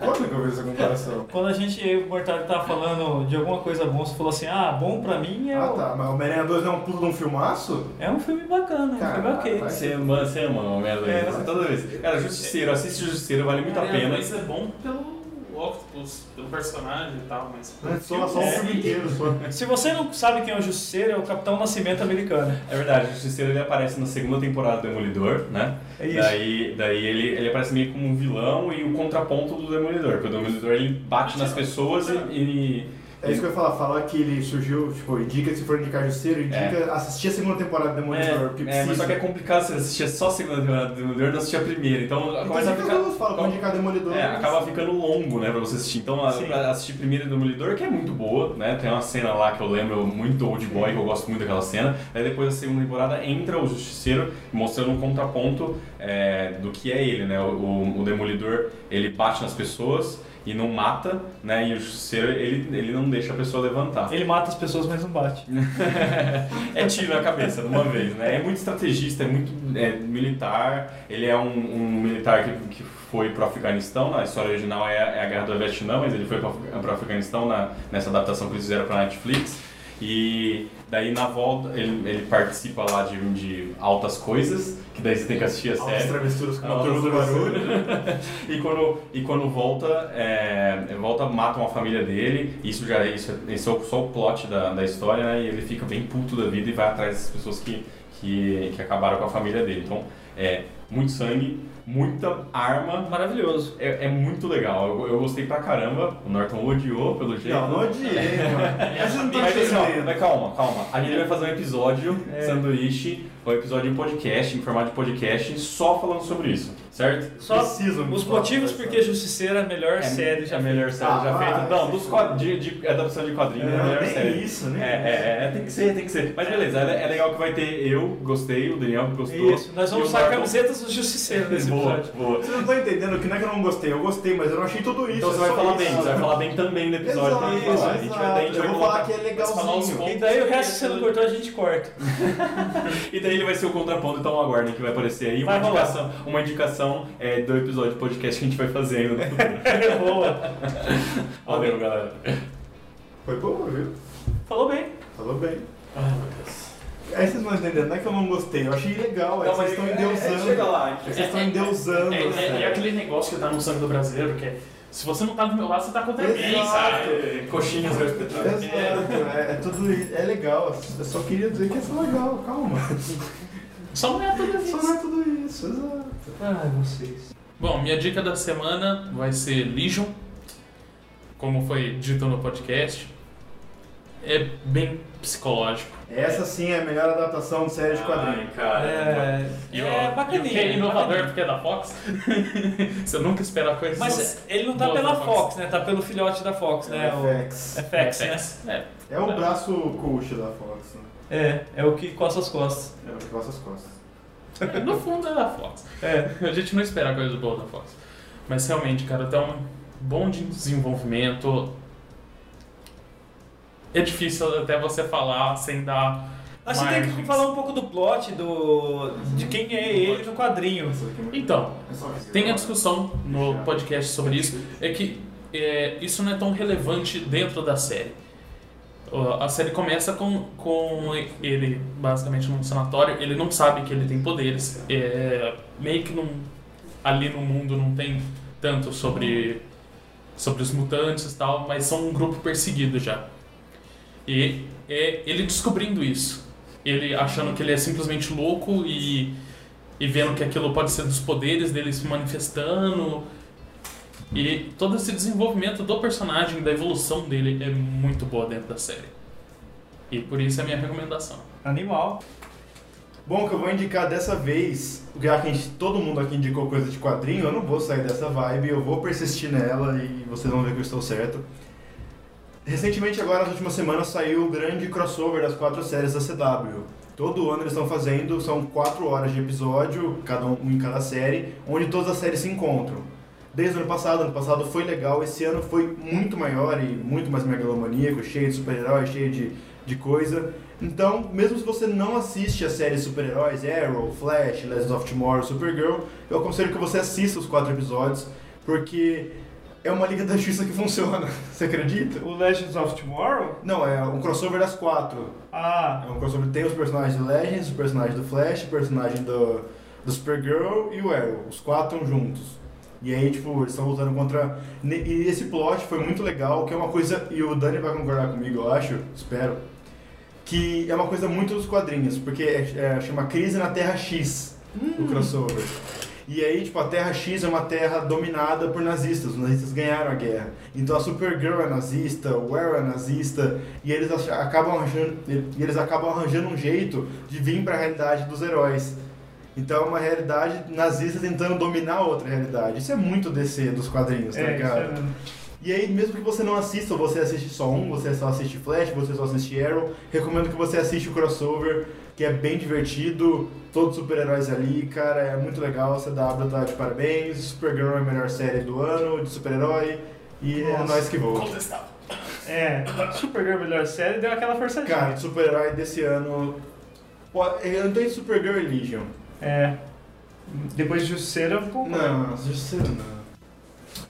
Quando que eu vi essa comparação?
Quando a gente, eu e o Mortari tava falando de alguma coisa bom, você falou assim, ah, bom pra mim é,
Ah
o-
tá, mas o Homem-Aranha 2 não é um pulo de um filmaço?
é um filme bacana, é um filme
Cara,
ok.
vai.
Você ama, você ama, merda.
É,
Você toda vez. Cara, Justiceiro, assiste Justiceiro, vale muito a
Cara,
pena.
Mas é bom pelo Octopus, pelo personagem e tal, mas.
Não é Só, só um filme inteiro, só.
Se você não sabe quem é o Justiceiro, é o Capitão Nascimento americano.
É verdade, o Justiceiro ele aparece na segunda temporada do Demolidor, né?
É isso.
Daí, daí ele, ele aparece meio como um vilão e o contraponto do Demolidor, porque o Demolidor ele bate nas pessoas e. e-
É isso que eu ia falar, fala que ele surgiu, tipo, indica se for indicar Justiceiro, indica assistir a segunda temporada do Demolidor, porque
é, é, mas
precisa.
só que é complicado você assistir só a segunda temporada do Demolidor e não assistir a primeira. Então,
Então,
começa a
fica
ficar.
duas, fala, vou indicar Demolidor.
É, acaba ficando longo, né, pra você assistir. Então, a- pra assistir primeiro Demolidor, que é muito boa, né? Tem uma cena lá que eu lembro muito Old Boy, que eu gosto muito daquela cena. Aí depois da segunda temporada entra o Justiceiro, mostrando um contraponto é, do que é ele, né? O, o- o Demolidor, ele bate nas pessoas e não mata, né? E o Justiceiro, ele, ele não não deixa a pessoa levantar.
Ele mata as pessoas, mas não bate.
É tiro na cabeça, de uma vez, né? É muito estrategista, é muito é, militar. Ele é um, um militar que, que foi pro Afeganistão, na história original é, a- é a Guerra do Vietnã, mas ele foi pro Af- pro Afeganistão na, nessa adaptação que eles fizeram pra Netflix. E daí na volta ele, ele participa lá de, de altas coisas, que daí você tem que assistir a
Altas
série.
travessuras com a
Altas
turma do barulho.
E quando, e quando volta, é, volta, matam a família dele. Isso já é- isso, é- esse é o- só o plot da, da história, né? E ele fica bem puto da vida e vai atrás das pessoas que, que, que acabaram com a família dele. Então, é muito sangue, muita arma.
Maravilhoso.
É, é muito legal. Eu, eu gostei pra caramba. O Norton odiou, pelo jeito.
Não, não odiei, mano. Mas eu não tá tô
Mas, assim, ó,
entendendo.
mas calma, calma. A gente vai fazer um episódio sanduíche, um episódio em podcast, em formato de podcast, só falando sobre isso, certo?
Só
Preciso me
os
falar
motivos
dessa.
porque a Justiceira é a melhor série já
é a melhor série
Ah,
já
vai,
feita. Não,
sim,
dos
sim.
quad- de, de adaptação de quadrinhos é a melhor
nem
série.
isso,
É,
né?
é, é, tem que ser, tem que ser. Mas beleza, é, é legal que vai ter eu, gostei, o Daniel gostou.
Isso, nós vamos
e o
usar
Marcos-
camisetas do Justiceiro nesse
Boa,
episódio.
boa.
Você não tá entendendo que não é que eu não gostei, eu gostei, mas eu não achei tudo isso.
Então
é
você vai
só
falar
isso.
bem, você vai falar bem também no episódio.
Exato,
tem que falar. a gente vai, daí a gente
exato.
vai
Eu vou
colocar-
falar que é
vai falar os
legalzinho.
pontos.
E daí o resto, se você não cortou, a gente corta.
E daí ele vai ser o contraponto, então aguardem que vai aparecer aí uma
Vai rolar.
indicação, uma indicação é, do episódio de podcast que a gente vai fazer ainda no futuro.
Boa.
Valeu, galera.
Foi bom, viu?
Falou bem.
Falou bem.
Ah,
Aí vocês não entendendo, não é que eu não gostei, eu achei legal, aí
Não,
vocês estão
mas é-
endeusando.
Chega lá.
Vocês estão endeusando.
É, é,
sério.
é aquele negócio que tá no sangue do brasileiro, que é se você não tá do meu lado, você tá contra mim,
Exato.
sabe?
Coxinhas respeitadas.
Exato, é, é tudo é legal. Eu só queria dizer que é só legal, calma.
Só não é tudo
Só
isso.
não é tudo isso, exato.
Ai, vocês.
Bom, minha dica da semana vai ser Legion, como foi dito no podcast. É bem psicológico.
Essa sim é a melhor adaptação de
Ah,
série de quadrinhos.
Ai, cara.
É,
E, ó,
é
e o que
bacaninha.
é inovador
bacaninha.
porque é da Fox. Você nunca espera coisas.
Mas ele não tá
Boa,
pela
Fox.
Fox, né? Tá pelo filhote da Fox,
então
É
né? O
FX.
FX, né?
É.
É o braço cult da Fox, né?
É, é o que coça as costas.
É o que costa as costas.
É, No fundo é da Fox.
É.
A gente não espera coisa boa da Fox. Mas realmente, cara, tem um bom de desenvolvimento. É difícil até você falar sem dar.
Ah, você tem que
margens.
falar um pouco do plot, do de quem é ele no quadrinho.
Então,
É
tem a discussão no
Deixar.
podcast sobre isso. É que é, isso não é tão relevante dentro da série. Ó, A série começa com, com ele basicamente num sanatório. Ele não sabe que ele tem poderes. É, meio que não, ali no mundo não tem tanto sobre, sobre os mutantes e tal, mas são um grupo perseguido já. E é, ele descobrindo isso. Ele achando que ele é simplesmente louco e, e vendo que aquilo pode ser dos poderes dele se manifestando. E todo esse desenvolvimento do personagem, da evolução dele, é muito boa dentro da série. E por isso é a minha recomendação.
Animal.
Bom, o que eu vou indicar dessa vez, porque já que a gente- todo mundo aqui indicou coisa de quadrinho, eu não vou sair dessa vibe, eu vou persistir nela e vocês vão ver que eu estou certo. Recentemente, agora, nas últimas semanas, saiu o grande crossover das quatro séries da CW. Todo ano eles estão fazendo, são quatro horas de episódio, cada um, um em cada série, onde todas as séries se encontram. Desde o ano passado, ano passado foi legal, esse ano foi muito maior e muito mais megalomaníaco, cheio de super-herói, cheio de, de coisa. Então, mesmo se você não assiste as séries de super-heróis, Arrow, Flash, Legends of Tomorrow, Supergirl, eu aconselho que você assista os quatro episódios, porque é uma Liga da Justiça que funciona, você acredita?
O Legends of Tomorrow?
Não, é um crossover das quatro. É
Ah,
um crossover tem os personagens do Legends, o personagem do Flash, o personagem do, do Supergirl e o Arrow. Os quatro estão juntos. E aí, tipo, eles estão lutando contra. ne- E esse plot foi muito legal, que é uma coisa. E o Dani vai concordar comigo, eu acho, espero. Que é uma coisa muito dos quadrinhos, porque é, é- chama Crise na Terra X
Hum.
o crossover. E aí, tipo, a Terra X é uma terra dominada por nazistas. Os nazistas ganharam a guerra. Então a Supergirl é nazista, o Arrow é nazista, e eles ach- acabam arranjando, e eles acabam arranjando um jeito de vir pra realidade dos heróis. Então é uma realidade nazista tentando dominar outra realidade. Isso é muito DC dos quadrinhos, tá
é, isso
ligado?
é mesmo.
E aí, mesmo que você não assista, você assiste só um, você só assiste Flash, você só assiste Arrow, recomendo que você assista o crossover, que é bem divertido, todos os super-heróis ali, cara, é muito legal, a CW tá de parabéns, Supergirl é a melhor série do ano de super-herói, e é
Nossa.
nóis que voa.
Contestável.
É, Supergirl melhor série deu aquela forçadinha.
Cara, de super-herói desse ano. Pô, eu não tenho Supergirl e Legion.
É. Depois de Justiceira, eu concordo.
Não, Justiceira não.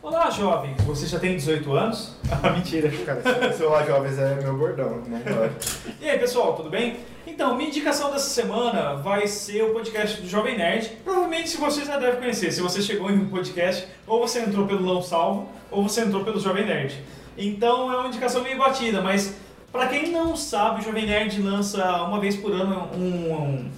Olá, jovem. Você já tem 18 anos? Ah, mentira.
Cara, seu lá jovens é meu bordão. Não pode.
E aí, pessoal, tudo bem? Então, minha indicação dessa semana vai ser o podcast do Jovem Nerd. Provavelmente vocês já devem conhecer. Se você chegou em um podcast, ou você entrou pelo Lão Salvo, ou você entrou pelo Jovem Nerd. Então, é uma indicação meio batida, mas pra quem não sabe, o Jovem Nerd lança uma vez por ano um, um,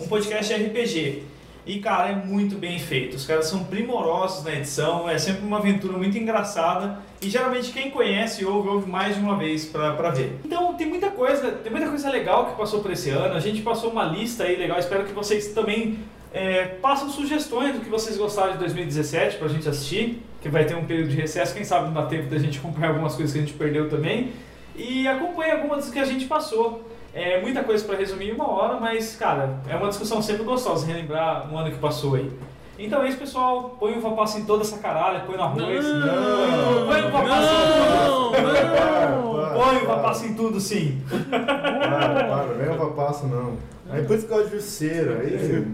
um podcast RPG. E, cara, é muito bem feito. Os caras são primorosos na edição, é sempre uma aventura muito engraçada. E geralmente quem conhece ouve, ouve mais de uma vez pra, pra ver. Então tem muita coisa, tem muita coisa legal que passou por esse ano. A gente passou uma lista aí legal. Espero que vocês também é, passem sugestões do que vocês gostaram de 2017 pra gente assistir. Que vai ter um período de recesso, quem sabe não dá tempo da gente acompanhar algumas coisas que a gente perdeu também. E acompanhe algumas das que a gente passou. É muita coisa pra resumir em uma hora, mas, cara, é uma discussão sempre gostosa relembrar um ano que passou aí. Então é isso, pessoal. Põe o Vapasso em toda essa caralha, põe no arroz.
Não!
põe o Vapasso em tudo.
Não!
Para, para,
Põe o
para.
papasso em tudo, sim.
Para, para, não é o papasso não. Aí por isso que eu gosto de Justiceira. Aí,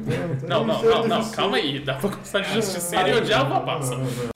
Não, não, não, não, Ah, calma aí. Dá pra gostar de justiceira e odiar o passa.